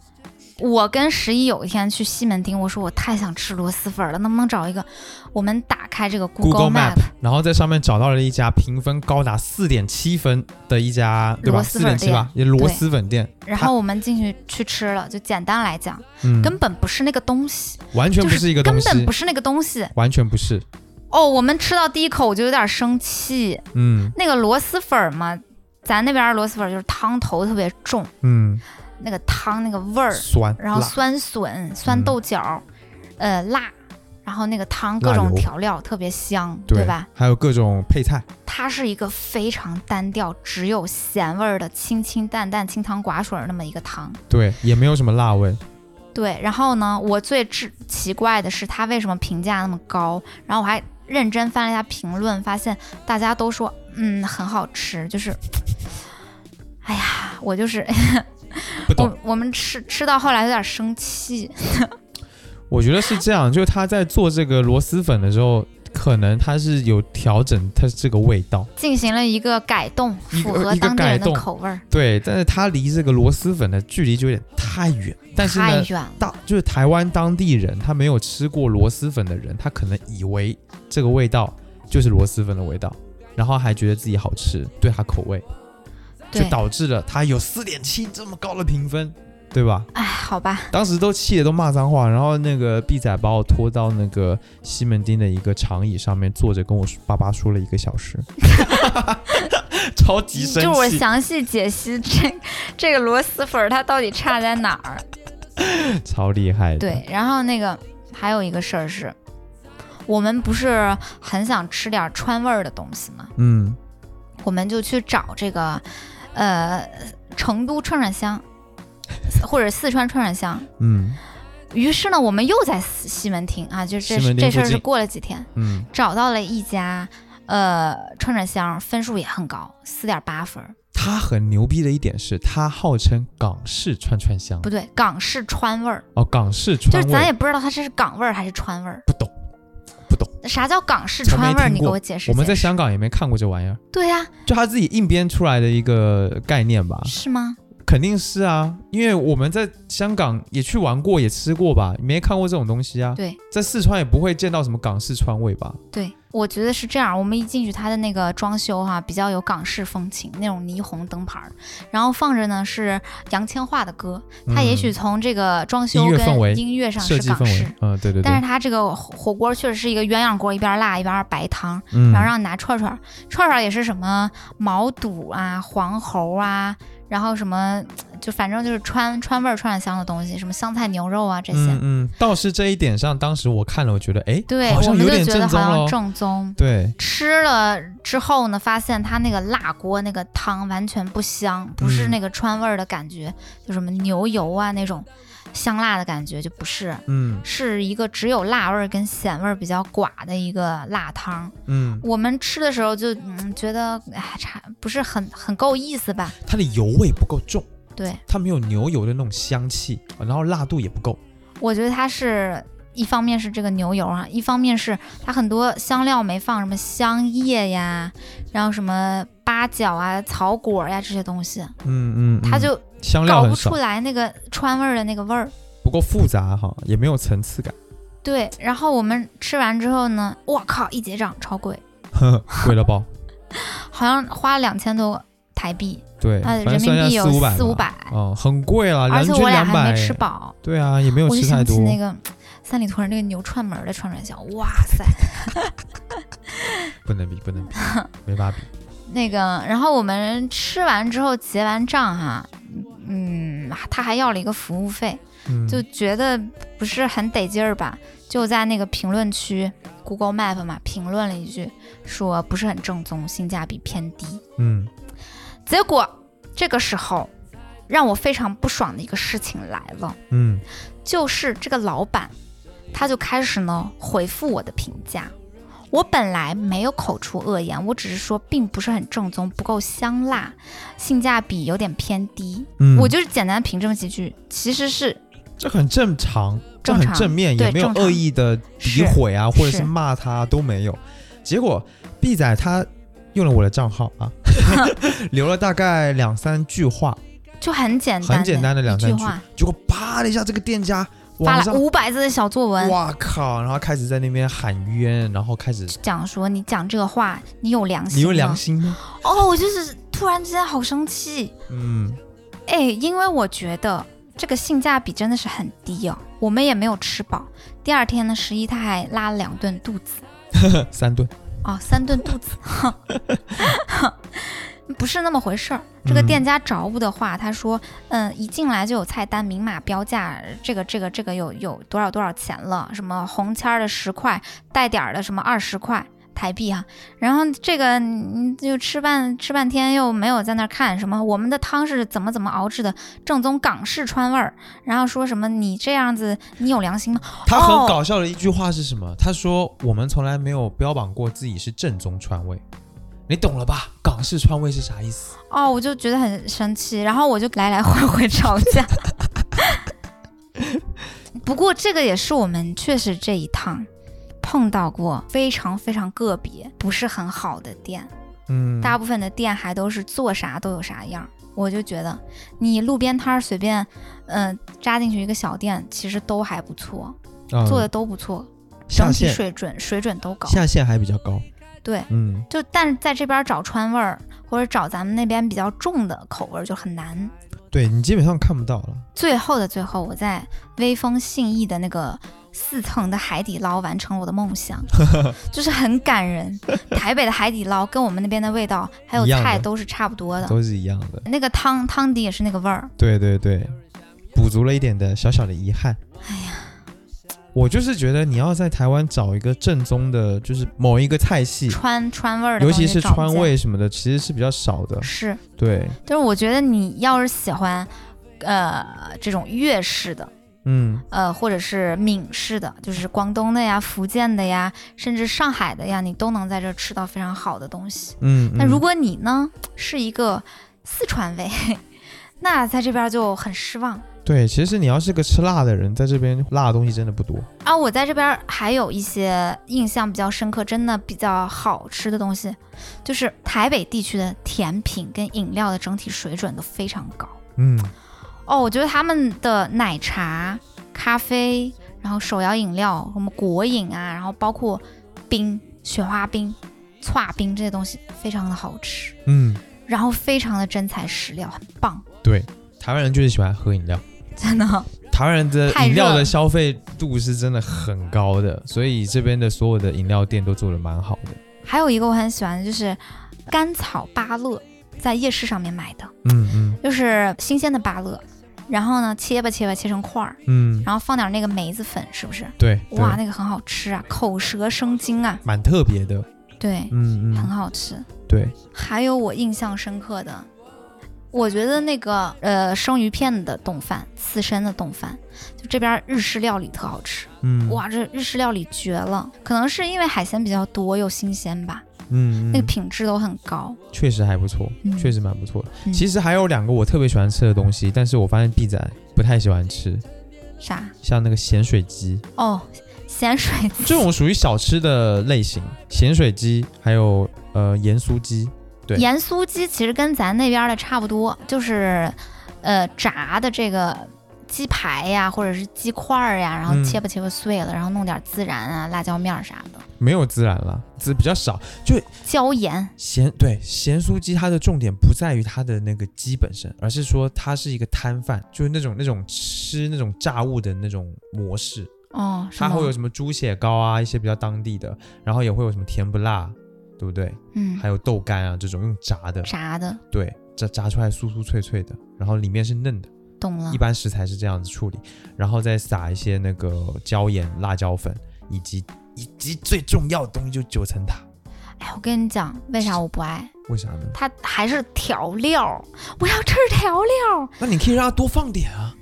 A: 我跟十一有一天去西门町，我说我太想吃螺蛳粉儿了，能不能找一个？我们打开这个
C: Google
A: Map，
C: Map，然后在上面找到了一家评分高达四点七分的一家，对吧？
A: 螺
C: 四
A: 蛳
C: 点
A: 粉店
C: 七吧，也螺蛳粉店。
A: 然后我们进去去吃了，就简单来讲，
C: 它嗯，
A: 根本不是那个东西，
C: 完全
A: 就
C: 不是一个东
A: 根本
C: 西
A: 不，是那个东西。
C: 完全不是。
A: 哦，我们吃到第一口我就有点生气，
C: 嗯
A: 那个螺蛳粉儿嘛，咱那边儿螺蛳粉儿就是汤头特别重，
C: 嗯，
A: 那个汤那个味儿，
C: 酸
A: 然后
C: 辣嗯
A: 酸笋、酸豆角，呃，辣。然后那个汤
C: 辣
A: 各种
C: 油
A: 调料特别香，
C: 对
A: 对吧？？
C: 还有各种配菜。
A: 它是一个非常单调，只有咸味儿的清清淡淡、清汤寡水儿那么一个汤。
C: 对，也没有什么辣味。
A: 对，然后呢，我最奇奇怪的是他为什么评价那么高？然后我还认真翻了一下评论，发现大家都说嗯很好吃，就是，哎呀，我就是
C: 不懂，
A: 我我们吃吃到后来有点生气，
C: 我觉得是这样，就是他在做这个螺蛳粉的时候，可能他是有调整它这个味道。
A: 进行了一个改动，
C: 一个
A: 符合
C: 一个
A: 当地
C: 改
A: 人的
C: 动
A: 口味儿，
C: 对，但是它离这个螺蛳粉的距离就有点太远。但是
A: 太
C: 呢，
A: 远了。
C: 大就是台湾当地人，他没有吃过螺蛳粉的人，他可能以为这个味道就是螺蛳粉的味道，然后还觉得自己好吃，对他口味，就
A: 对，
C: 导致了他有四点七这么高的评分，对吧？
A: 哎，好吧，
C: 当时都气得都骂脏话，然后那个毕仔把我拖到那个西门町的一个长椅上面坐着，跟我说爸爸说了一个小时， 超级生气。
A: 就是我详细解析这这个螺蛳粉儿它到底差在哪儿。
C: 超厉害的。
A: 对，然后那个还有一个事儿是，我们不是很想吃点儿川味儿的东西嘛，
C: 嗯，
A: 我们就去找这个，呃，成都串串香，或者四川串串香。
C: 嗯
A: 于是呢，我们又在西西门町啊，就这
C: 西门町
A: 这事儿
C: 附
A: 是
C: 近
A: 过了几天，
C: 嗯
A: 找到了一家呃串串香，分数也很高，四点八分儿，，
C: 他很牛逼的一点是，他号称港式串串香
A: 不对，港式川味儿，
C: 哦，港式
A: 就
C: 川
A: 是咱
C: 味
A: 也不知道它这是港味儿还是川味儿，
C: 不懂，不懂，
A: 啥叫港式
C: 从没
A: 川味儿？
C: 听
A: 你给
C: 过
A: 我解释解释。
C: 我们在啊香港也没看过这玩意儿，
A: 对呀、
C: 就他自己硬编出来的一个概念吧，
A: 是吗？
C: 肯定是啊，因为我们在香港也去玩过，也吃过吧，没看过这种东西啊。
A: 对
C: 在四川也不会见到什么港式川味吧？
A: 对，我觉得是这样。我们一进去，它的那个装修哈、比较有港式风情，那种霓虹灯牌儿，然后放着呢是杨千嬅的歌，它也许从这个装修
C: 音乐氛围
A: 跟音乐上
C: 嗯设
A: 是
C: 计
A: 港
C: 氛
A: 式
C: 围。，嗯，对对对
A: 但，是它这个火火锅确实是一个鸳鸯锅，一边辣一边白汤，
C: 嗯
A: 然后让你拿串串儿，串串儿也是什么毛肚啊、黄喉啊，然后什么就反正就是川川味儿、川香的东西，什么香菜牛肉啊这些。
C: 嗯嗯，倒是这一点上，当时我看了，我觉得，哎，
A: 对，
C: 好
A: 我
C: 像
A: 们
C: 有
A: 就
C: 点
A: 觉得
C: 正宗
A: 好像
C: 喽。
A: 正宗。
C: 对，
A: 吃了之后呢，发现它那个辣锅那个汤完全不香，不是
C: 嗯
A: 那个川味儿的感觉，就什么牛油啊那种香辣的感觉就不是，
C: 嗯
A: 是一个只有辣味儿跟咸味儿比较寡的一个辣汤。
C: 嗯，
A: 我们吃的时候就嗯觉得哎差不是很很够意思吧？
C: 它的油味不够重，
A: 对，
C: 它没有牛油的那种香气，然后辣度也不够。
A: 我觉得它是一方面是这个牛油啊，一方面是它很多香料没放，什么香叶呀，然后什么八角啊、草果呀这些东西，
C: 嗯嗯，
A: 它
C: 嗯
A: 就
C: 香料
A: 搞
C: 很
A: 不
C: 少
A: 出，来那个川味儿的那个味儿。
C: 不够复杂哈，也没有层次感，
A: 对，然后我们吃完之后呢，我靠，一结账超贵，
C: 呵呵，贵了包。
A: 好像花了两千多台币，
C: 对，
A: 呃
C: 反正
A: 人民
C: 算下
A: 币有
C: 四五百吧，
A: 四五百
C: 嗯，很贵了，
A: 而
C: 人
A: 且
C: 均
A: 我俩
C: 两
A: 还
C: 百
A: 没。吃饱。
C: 对啊，也没有
A: 我就
C: 吃太
A: 想
C: 多
A: 起。那个三里屯那个牛串门儿的串串香，哇塞，
C: 不能比，不能 比，没法比。
A: 那个，然后我们吃完之后结完账哈、嗯，他还要了一个服务费，
C: 嗯，
A: 就觉得不是很得劲儿吧，就在那个评论区 Google Map 嘛评论了一句，说不是很正宗，性价比偏低。
C: 嗯
A: 结果这个时候，让我非常不爽的一个事情来了，
C: 嗯，
A: 就是这个老板，他就开始呢回复我的评价。我本来没有口出恶言，我只是说并不是很正宗，不够香辣，性价比有点偏低。
C: 嗯
A: 我就是简单评这么几句，其实是
C: 这很正常，这
A: 正
C: 很
A: 常
C: 正面，
A: 对
C: 也没有
A: 正常
C: 恶意的
A: 是
C: 诋毁啊，或者
A: 是
C: 是骂他都没有。结果 B 仔他用了我的账号 啊，留了大概两三句话，
A: 就很简单，
C: 很简单的两三
A: 一
C: 句
A: 句话，
C: 结果啪的一下，这个店家
A: 发
C: 网
A: 了
C: 上，
A: 五百字的小作文，
C: 哇靠，然后开始在那边喊冤，然后开始，
A: 讲说你讲这个话，你有良心，
C: 你有良。心吗？
A: 哦，我就是突然之间好生气，
C: 嗯，
A: 哎，因为我觉得这个性价比真的是很低哦，我们也没有吃饱。第二天呢，十一他还拉了两顿肚子，
C: 三顿，
A: 哦，三顿肚子， 不是那么回事儿。这个店家找我的话，他说，嗯，一进来就有菜单，明码标价，这个这个这个有有多少多少钱了，什么红签儿的十块，带点儿的什么二十块。台币哈、然后这个嗯，就吃半吃半天又没有在那儿看什么，我们的汤是怎么怎么熬制的，正宗港式川味儿。然后说什么你这样子，你有良心吗？
C: 他
A: 哦
C: 很搞笑的一句话是什么？他说：“我们从来没有标榜过自己是正宗川味，你懂了吧？港式川味是啥意思？
A: 哦，我就觉得很生气，然后我就来来回回吵架。 不过这个也是我们确实这一趟碰到过非常非常个别不是很好的店，
C: 嗯，
A: 大部分的店还都是做啥都有啥样儿。我就觉得你路边摊儿随便，嗯、扎进去一个小店，其实都还不错，
C: 嗯
A: 做的都不错，
C: 下
A: 整体
C: 线
A: 水准水准都高。
C: 下线还比较高，
A: 对，
C: 嗯，
A: 就但是在这边找川味儿或者找咱们那边比较重的口味儿就很难。
C: 对你基本上看不到了。
A: 最后的最后，我在微风信义的那个四层的海底捞完成了我的 梦想，就是很感人。台北的海底捞跟我们那边的味道还有
C: 一样的
A: 菜都是差不多的，
C: 都是一样的。
A: 那个汤汤底也是那个味儿。
C: 对对对，补足了一点的小小的遗憾。
A: 哎
C: 呀，我就是觉得你要在台湾找一个正宗的，就是某一个菜系，
A: 川川味儿
C: 嗯
A: 的
C: 尤
A: 东西
C: 其是
A: 找不
C: 川
A: 见，
C: 味什么的，其实是比较少的。
A: 是，
C: 对，
A: 就是我觉得你要是喜欢，呃，这种粤式的，
C: 嗯
A: 呃，或者是闽式的，就是广东的呀、福建的呀，甚至上海的呀，你都能在这儿吃到非常好的东西。
C: 嗯。
A: 那
C: 嗯
A: 如果你 呢是一个四川胃，那在这边就很失望。
C: 对，其实你要是个吃辣的人，在这边辣的东西真的不多。
A: 啊，我在这边儿还有一些印象比较深刻，真的比较好吃的东西，就是台北地区的甜品跟饮料的整体水准都非常高。
C: 嗯，
A: 哦，我觉得他们的奶茶、咖啡，然后手摇饮料，什么果饮啊，然后包括冰、雪花冰、搓冰这些东西，非常的好吃，
C: 嗯，
A: 然后非常的真材实料，很棒，
C: 对，台湾人就是喜欢喝饮料，
A: 真的。
C: 台湾人的
A: 太
C: 饮料
A: 热
C: 的消费度是真的很高的，所以这边的所有的饮料店都做的蛮好的。
A: 还有一个我很喜欢的就是甘草芭乐，在夜市上面买的，
C: 嗯嗯
A: 就是新鲜的芭乐，然后呢切吧切吧切成块儿，
C: 嗯，
A: 然后放点那个梅子粉，是不是？
C: 对，对
A: 哇，，那个很好吃啊，口舌生津啊，
C: 蛮特别的。
A: 对，
C: 嗯
A: 很
C: 嗯，
A: 好吃。
C: 对，
A: 还有我印象深刻的，我觉得那个呃生鱼片的冻饭，刺身的冻饭，就这边日式料理特好吃，
C: 嗯，
A: 哇，这日式料理绝了。可能是因为海鲜比较多又新鲜吧，
C: 嗯，嗯，
A: 那个品质都很高。
C: 确实还不错，
A: 嗯
C: 确实蛮不错的。
A: 嗯
C: 其实还有两个我特别喜欢吃的东西，但是我发现 B 仔不太喜欢吃，
A: 啥？
C: 像那个咸水鸡，
A: 哦，咸水鸡
C: 这种属于小吃的类型，咸水鸡，还有呃盐酥鸡，对
A: 盐酥鸡其实跟咱那边的差不多，就是呃炸的这个鸡排呀，或者是鸡块儿呀，然后
C: 嗯
A: 切吧切吧碎了，然后弄点孜然啊、辣椒面儿啥的，
C: 没有孜然了，孜比较少。
A: 椒盐。
C: 咸对咸酥鸡，它的重点不在于它的那个鸡本身，而是说它是一个摊贩，就是那种那种吃那种炸物的那种模式。
A: 哦，是
C: 它
A: 吗
C: 会有什么猪血糕啊，一些比较当地的，然后也会有什么甜不辣，对不对？
A: 嗯
C: 还有豆干啊这种用炸的，
A: 炸的，
C: 对，炸炸出来酥酥脆脆的，然后里面是嫩的，
A: 懂了
C: 一。般食材是这样子处理，然后再撒一些那个椒盐、辣椒粉，以及以及最重要的东西就是九层塔，
A: 哎，我跟你讲，为啥我不爱？
C: 为啥呢？
A: 它还是调料，我要吃调料，
C: 那你可以让它多放点啊，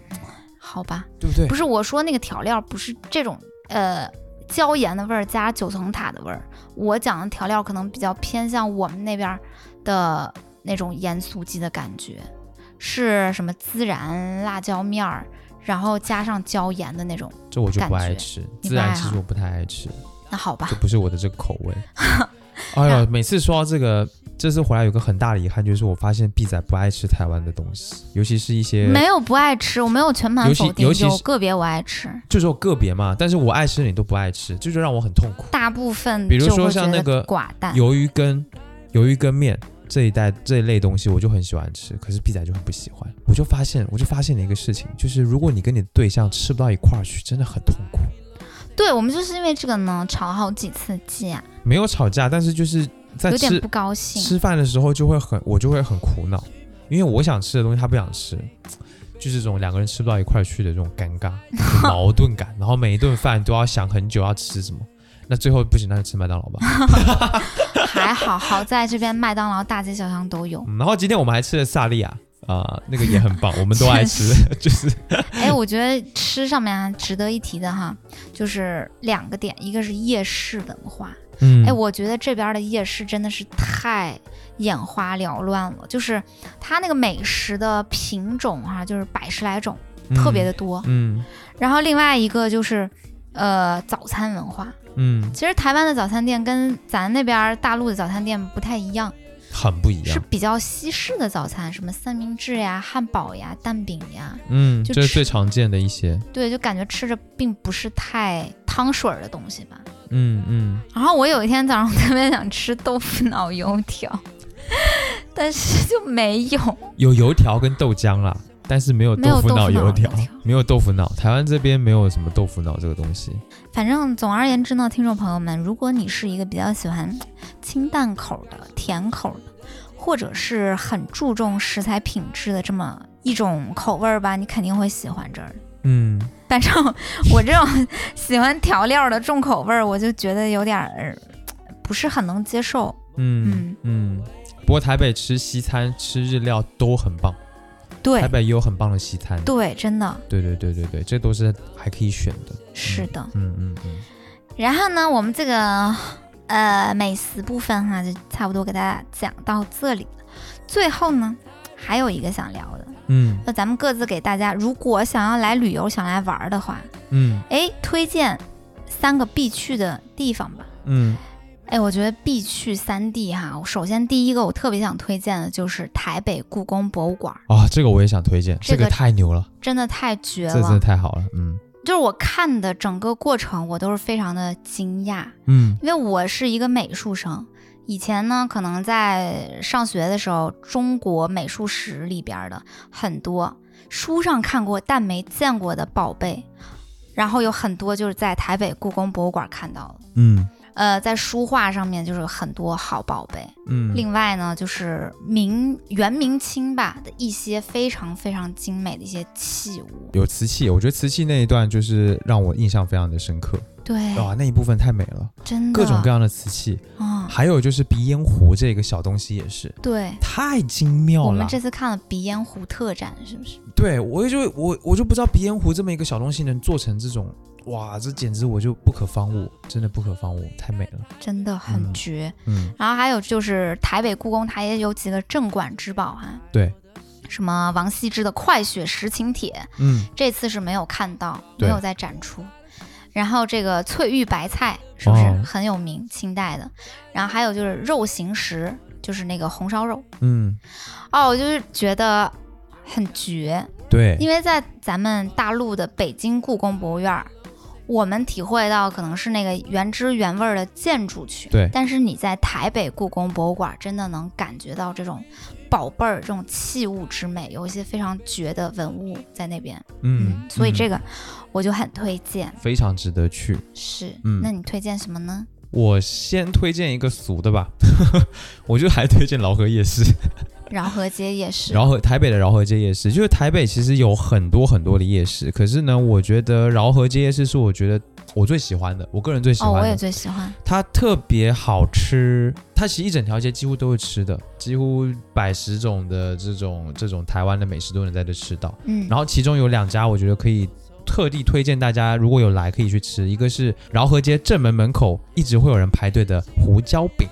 A: 好吧？
C: 对不对
A: 不？是我说那个调料，不是这种呃椒盐的味儿加九层塔的味儿。我讲的调料可能比较偏向我们那边儿的那种盐酥鸡的感觉，是什么孜然、辣椒面儿，然后加上椒盐的那种。
C: 这我就不
A: 感
C: 爱
A: 觉
C: 吃，
A: 你
C: 孜
A: 不爱
C: 然
A: 啊
C: 其实我不太爱 吃，
A: 那好吧
C: 这，不是我的这个口味。哎呦，每次说到这个，这次回来有个很大的遗憾，就是我发现 B 仔不爱吃台湾的东西，尤其是一些
A: 没有不爱吃，我没有全盘
C: 尤其
A: 否定
C: 尤，其
A: 有
C: 是
A: 个别我爱吃，
C: 就说个别嘛，但是我爱吃你都不爱吃，这就让我很痛苦。
A: 大部分
C: 比如
A: 就
C: 说
A: 会
C: 像
A: 觉
C: 那
A: 得
C: 个
A: 寡淡。
C: 鱿鱼羹、鱿鱼羹面这一代这一类东西，我就很喜欢吃，可是 B 仔就很不喜欢。我就发现，我就发现了一个事情，就是如果你跟你的对象吃不到一块儿去，真的很痛苦。
A: 对我们就是因为这个呢，吵好几次架，
C: 没有吵架，但是就是在
A: 有点
C: 吃
A: 不高兴。
C: 吃饭的时候就会很，我就会很苦恼，因为我想吃的东西他不想吃，就是这种两个人吃不到一块儿去的这种尴尬、有矛盾感，然后每一顿饭都要想很久要吃什么，那最后不行，那就吃麦当劳吧。
A: 还好，好在这边麦当劳大街小巷都有。
C: 嗯然后今天我们还吃了萨莉亚啊、那个也很 棒，我们都爱吃， 就是
A: 哎，我觉得吃上面啊，值得一提的哈，就是两个点，一个是夜市文化。
C: 嗯
A: 哎，我觉得这边的夜市真的是太眼花缭乱了，就是它那个美食的品种哈、就是百十来种，特别的多。
C: 嗯
A: 然后另外一个就是。呃，早餐文化，
C: 嗯
A: 其实台湾的早餐店跟咱那边大陆的早餐店不太一样，
C: 很不一
A: 是
C: 样，
A: 比较西式的早餐，什么三明治呀、汉堡呀、蛋饼呀，
C: 嗯，
A: 就
C: 这是
A: 吃
C: 最常见的一些，
A: 对，就感觉吃着并不是太汤水儿的东西吧。
C: 嗯嗯，
A: 然后我有一天早上 特别想吃豆腐脑油条， 但是就没有。
C: 有油条跟豆浆啦。但是没有
A: 没有
C: 豆腐
A: 豆腐
C: 脑
A: 脑
C: 油
A: 油
C: 条
A: 条，
C: 没有豆腐脑。台湾这边没有什么豆腐脑这个东西。
A: 反正总而言之呢，听众朋友们，如果你是一个比较喜欢清淡口的、甜口的，或者是很注重食材品质的这么一种口味儿吧，你肯定会喜欢这儿。
C: 嗯，
A: 反正我这种 喜欢调料的重口味儿，我就觉得有点儿呃不是很能接受。
C: 嗯嗯，不过台北吃西餐、吃日料都很棒，台
A: 对
C: 北也有很棒的西餐。
A: 对，真的
C: 对对对对对，这都是还可以选的。
A: 是的。
C: 嗯嗯嗯，
A: 然后呢，我们这个呃美食部分哈、就差不多给大家讲到这里了。最后呢，还有一个想聊的，
C: 嗯
A: 那咱们各自给大家，如果想要来旅游、想来玩儿的话，
C: 嗯
A: 哎，推荐三个必去的地方吧。
C: 嗯
A: 哎，我觉得必去三地哈。我首先第一个我特别想推荐的就是台北故宫博物馆，
C: 啊，这个我也想推荐，
A: 这
C: 这
A: 个
C: 个太牛了，
A: 真的太绝
C: 这真的
A: 了。
C: 太好了，嗯
A: 就是我看的整个过程，我都是非常的惊讶，
C: 嗯
A: 因为我是一个美术生。以前呢，可能在上学的时候，中国美术史里边的很多书上看过但没见过的宝贝，然后有很多就是在台北故宫博物馆看到的。
C: 嗯
A: 呃，在书画上面就是有很多好宝贝。
C: 嗯，
A: 另外呢，就是明元明清吧的一些非常非常精美的一些器物。
C: 有瓷器，我觉得瓷器那一段就是让我印象非常的深刻，
A: 对，
C: 哇，那一部分太美了，
A: 真的
C: 各种各样的瓷器，
A: 嗯，
C: 还有就是鼻烟壶这个小东西也是
A: 对。
C: 太精妙
A: 我们
C: 了，
A: 这次看了鼻烟壶特展，是不是？
C: 对我就我我就不知道鼻烟壶这么一个小东西能做成这种，哇，这简直我就不可方物，真的不可方物，太美了，
A: 真的很
C: 嗯
A: 绝。
C: 嗯
A: 然后还有就是台北故宫，它也有几个镇馆之宝啊，
C: 对，
A: 什么王羲之的《快雪时晴帖》，
C: 嗯
A: 这次是没有看到，没
C: 对
A: 有在展出。然后这个翠玉白菜是不是
C: 哦
A: 很有名？清代的。然后还有就是肉形石，就是那个红烧肉。
C: 嗯，
A: 哦，我就是觉得很绝，
C: 对，
A: 因为在咱们大陆的北京故宫博物院儿，我们体会到可能是那个原汁原味儿的建筑群，
C: 对
A: 但是你在台北故宫博物馆，真的能感觉到这种宝贝儿、这种器物之美，有一些非常绝的文物在那边。
C: 嗯，
A: 所以这
C: 个、
A: 个我就很推荐。
C: 非常值得去。
A: 是，
C: 嗯
A: 那你推荐什么呢？
C: 我先推荐一个俗的吧， 我就还推荐饶河夜市，
A: 饶河街也是，
C: 饶河台北的饶河街夜市，就是台北其实有很多很多的夜市，可是呢，我觉得饶河街夜市是我觉得我最喜欢的，我个人最喜
A: 哦，
C: 欢
A: 我
C: 的，
A: 也最喜欢。
C: 它特别好吃，它其实一整条街几乎都是吃的，几乎百十种的这种这种台湾的美食都能在这吃到。
A: 嗯，
C: 然后其中有两家，我觉得可以特地推荐大家，如果有来可以去吃，一个是饶河街正门门口一直会有人排队的胡椒饼，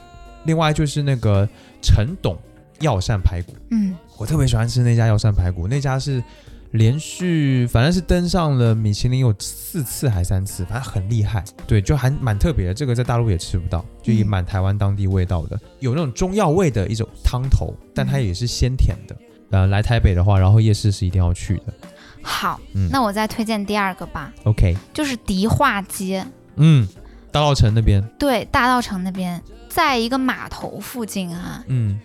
C: 另外就是那个陈董药膳排骨，
A: 嗯，
C: 我特别喜欢吃那家药膳排骨，那家是。连续反正是登上了米其林有四次还三次，反正很厉害，对，就还蛮特别的。这个在大陆也吃不到，就也
A: 嗯
C: 蛮台湾当地味道的，有那种中药味的一种汤头，但它也是鲜甜的。呃，来台北的话，然后夜市是一定要去的。
A: 好，
C: 嗯
A: 那我再推荐第二个吧，
C: OK，
A: 就是迪化街。
C: 嗯，大稻城那边，
A: 对，大道城那边，在一个码头附近啊，
C: 嗯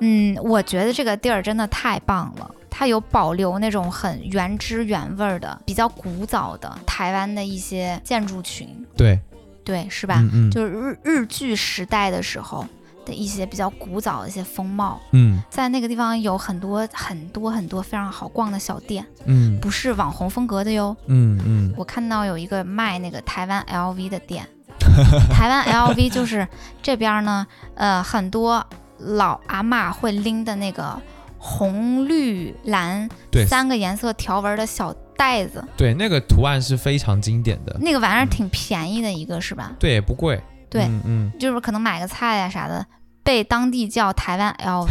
A: 嗯，我觉得这个地儿真的太棒了。它有保留那种很原汁原味儿的、比较古早的台湾的一些建筑群，
C: 对，
A: 对，是吧？
C: 嗯嗯，
A: 就是日日据时代的时候的一些比较古早的一些风貌，
C: 嗯
A: 在那个地方有很多很多很多非常好逛的小店，
C: 嗯
A: 不是网红风格的哟。
C: 嗯嗯，
A: 我看到有一个卖那个台湾 LV 的店，台湾 LV 就是这边儿呢，呃，很多老阿嬷会拎的那个红绿蓝
C: 对
A: 三个颜色条纹的小袋子，
C: 对，那个图案是非常经典的，
A: 那个玩意儿挺便宜的一个是吧？
C: 对，也不贵，
A: 对
C: 嗯嗯，
A: 就是可能买个菜呀、啥的，被当地叫台湾 LV，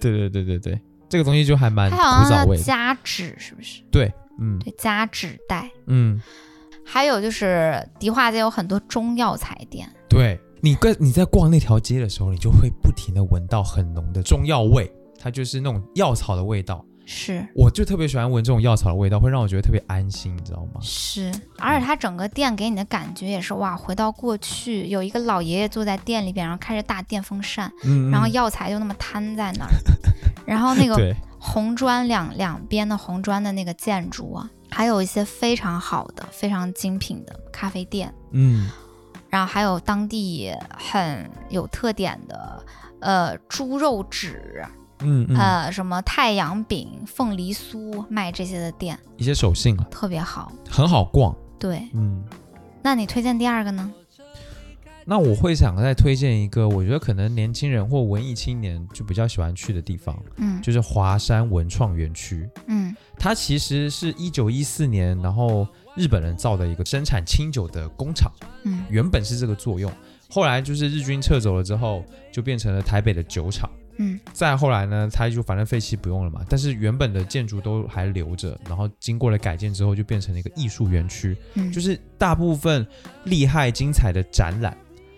C: 对对对对对，这个东西就还蛮
A: 它好
C: 古早
A: 像叫
C: 味的，
A: 夹纸是不是？
C: 对，嗯
A: 对，夹纸袋。
C: 嗯，
A: 还有就是迪化街有很多中药材店，
C: 对你跟你在逛那条街的时候，你就会不停的闻到很浓的中药味，它就是那种药草的味道，
A: 是
C: 我就特别喜欢闻这种药草的味道，会让我觉得特别安心，你知道吗？
A: 是，而且它整个店给你的感觉也是哇，回到过去，有一个老爷爷坐在店里边，然后开着大电风扇，
C: 嗯，嗯
A: 然后药材就那么摊在那儿， 然后那个
C: 对，
A: 红砖两两边的红砖的那个建筑啊，还有一些非常好的、非常精品的咖啡店，
C: 嗯
A: 然后还有当地很有特点的。呃，猪肉纸，
C: 嗯嗯，
A: 呃，什么太阳饼、凤梨酥，卖这些的店
C: 一些手信啊，
A: 特别好。
C: 很好逛，
A: 对，
C: 嗯。
A: 那你推荐第二个呢？
C: 那我会想再推荐一个，我觉得可能年轻人或文艺青年就比较喜欢去的地方，
A: 嗯
C: 就是华山文创园区。
A: 嗯
C: 它其实是一九一四年，然后日本人造的一个生产清酒的工厂，
A: 嗯
C: 原本是这个作用，后来就是日军撤走了之后，就变成了台北的酒厂。
A: 嗯，
C: 再后来呢，它就反正废弃不用了嘛，但是原本的建筑都还留着，然后经过了改建之后，就变成了一个艺术园区，
A: 嗯
C: 就是大部分厉害精彩的展览，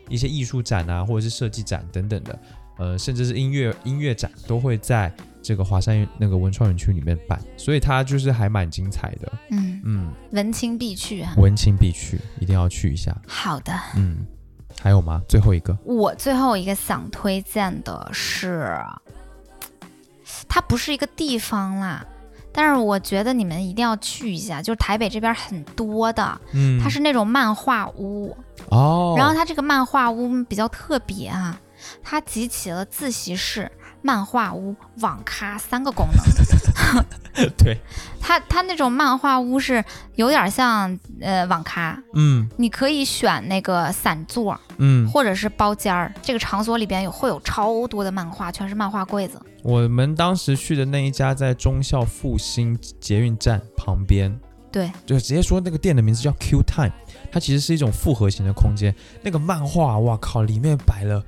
C: 一些艺术展啊，或者是设计展等等的，呃，甚至是音乐音乐展都会在这个华山那个文创园区里面办，所以它就是还蛮精彩的，
A: 嗯，
C: 嗯，
A: 文青必去啊。
C: 文青必去，一定要去一下，
A: 好的，
C: 嗯，还有吗？最后一个，
A: 我最后一个想推荐的是，它不是一个地方啦，但是我觉得你们一定要去一下，就是台北这边很多的，
C: 嗯，
A: 它是那种漫画屋，
C: 哦，
A: 然后它这个漫画屋比较特别啊，它集齐了自习室、漫画屋、网咖三个功能。
C: 对，
A: 它它那种漫画屋是有点像呃网咖，
C: 嗯
A: 你可以选那个散座，
C: 嗯，
A: 或者是包间儿。这个场所里边有会有超多的漫画，全是漫画柜子。
C: 我们当时去的那一家在忠孝复兴捷运站旁边，
A: 对，
C: 就直接说那个店的名字叫 Q Time，它其实是一种复合型的空间。那个漫画，哇靠，里面摆了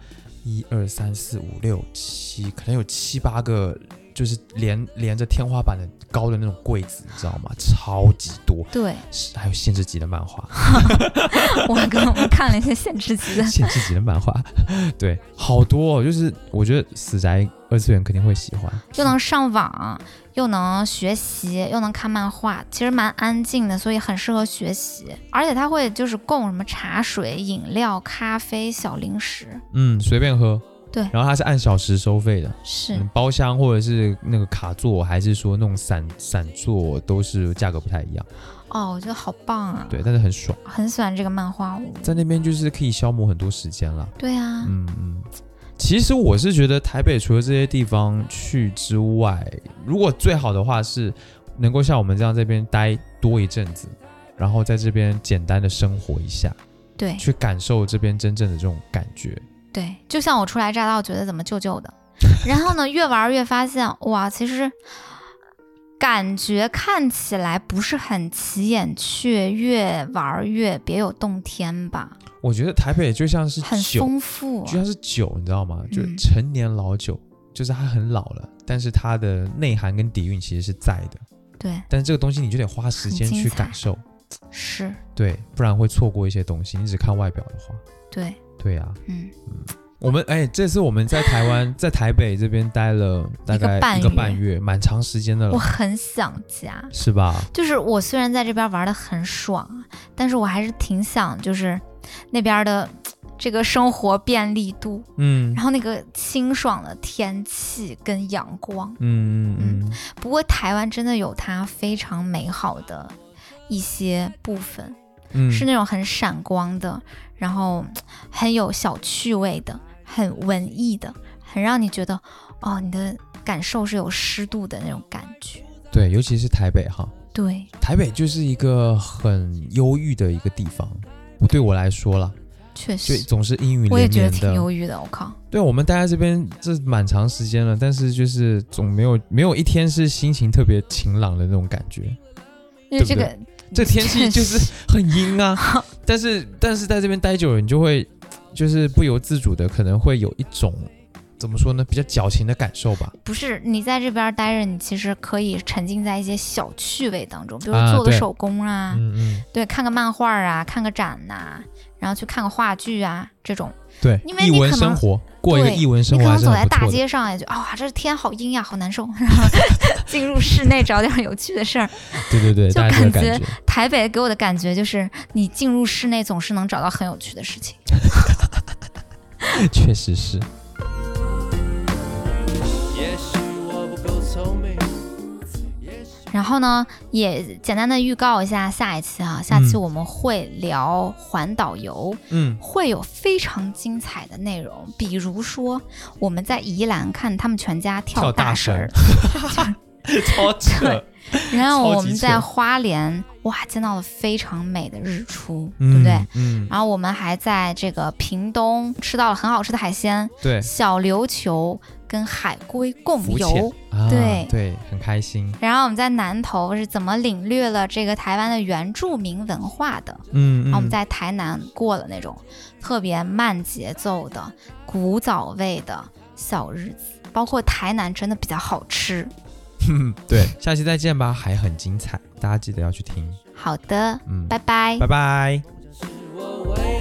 C: 一二三四五六七，可能有七八个，就是连连着天花板的高的那种柜子，你知道吗？超级多，
A: 对
C: 是还有限制级的漫画，
A: 我跟我看了一些限制级的，
C: 限制级的漫画， 对，好多、哦，就是我觉得死宅二次元肯定会喜欢。
A: 又能上网，又能学习，又能看漫画，其实蛮安静的，所以很适合学习。而且它会就是供什么茶水、饮料、咖啡、小零食。
C: 嗯，随便喝。
A: 对
C: 然后它是按小时收费的，
A: 是，
C: 嗯包厢或者是那个卡座，还是说那种散散座，都是价格不太一样。
A: 哦，我觉得好棒啊！
C: 对，但是很爽，
A: 很喜欢这个漫画屋。
C: 在那边就是可以消磨很多时间了。
A: 对啊，
C: 嗯嗯，其实我是觉得台北除了这些地方去之外，如果最好的话是能够像我们这样这边待多一阵子，然后在这边简单的生活一下，
A: 对
C: 去感受这边真正的这种感觉。
A: 对，就像我初来乍到，觉得怎么旧旧的，然后呢，越玩越发现，哇，其实感觉看起来不是很起眼，却越玩越别有洞天吧，
C: 我觉得台北就像是
A: 很
C: 酒
A: 丰富
C: 就。像是酒，你知道吗？就
A: 嗯
C: 陈年老酒，就是它很老了，但是它的内涵跟底蕴其实是在的。
A: 对，
C: 但是这个东西你就得花时间
A: 很精
C: 去
A: 彩
C: 感受，
A: 是，
C: 对，不然会错过一些东西。你只看外表的话，
A: 对，
C: 对啊。
A: 嗯，
C: 我们哎，这次我们在台 湾，在台北这边待了大概
A: 一个半
C: 一个半月，蛮长时间的
A: 我
C: 了，
A: 很想家。
C: 是吧？
A: 就是我虽然在这边玩的很爽啊，但是我还是挺想就是那边的这个生活便利度，
C: 嗯
A: 然后那个清爽的天气跟阳光。
C: 嗯嗯嗯，
A: 不过台湾真的有它非常美好的一些部分，
C: 嗯
A: 是那种很闪光的，然后嗯很有小趣味的，很文艺的，很让你觉得哦，你的感受是有湿度的那种感觉。
C: 对，尤其是台北哈，
A: 对，
C: 台北就是一个很忧郁的一个地方，对我来说啦，
A: 确
C: 就
A: 实，
C: 总是阴雨
A: 我也
C: 连
A: 觉得
C: 绵
A: 挺
C: 的。
A: 忧郁的。我靠，
C: 对，我们待在这边这蛮长时间了，但是就是总没有没有一天是心情特别晴朗的那种感 觉。
A: 因
C: 对
A: 为
C: 不
A: 这个
C: 这天气就
A: 确
C: 是很阴 啊，但是但是在这边待久了，你就会就是不由自主的可能会有一种怎么说呢，比较矫情的感受吧。
A: 不是你在这边待着，你其实可以沉浸在一些小趣味当中，比如
C: 啊
A: 做个
C: 对
A: 手工啊，
C: 嗯嗯，
A: 对，看个漫画啊，看个展呐、然后去看个话剧啊，这种
C: 对
A: 因为，
C: 异
A: 你
C: 文
A: 可能
C: 生活，过一个
A: 对
C: 异文
A: 你
C: 生
A: 可
C: 活还
A: 能
C: 是
A: 走在
C: 很不
A: 大
C: 错的。
A: 街上也就啊、这天好阴呀，好难受。然后进入室内找点有趣的事儿。
C: 对对对，
A: 就
C: 大家这个
A: 感
C: 感觉。
A: 台北给我的感觉就是，你进入室内总是能找到很有趣的事情。
C: 确实是。
D: 也许我不够聪明，也许
A: 然后呢，也简单的预告一下下一期啊，下期
C: 嗯
A: 我们会聊环岛游，
C: 嗯，
A: 会有非常精彩的内容，比如说我们在宜兰看他们全家
C: 跳
A: 跳
C: 大
A: 大
C: 神
A: 神儿。
C: 超扯
A: 对。 然后
C: 超
A: 我
C: 级
A: 们
C: 扯
A: 在花莲，哇，见到了非常美的日出，对不对？
C: 嗯，嗯
A: 然后我们还在这个屏东吃到了很好吃的海鲜，
C: 对。
A: 小琉球跟海龟共
C: 浮
A: 游
C: 潜。啊，
A: 对
C: 对，很开心。
A: 然后我们在南头是怎么领略了这个台湾的原住民文化的？
C: 嗯，
A: 然后我
C: 嗯
A: 们在台南过了那种特别慢节奏的古早味的小日子，包括台南真的比较好吃。
C: 对，下期再见吧，还很精彩，大家记得要去听。
A: 好的，
C: 嗯，
A: 拜拜
C: 拜。拜。
D: 这是我唯一。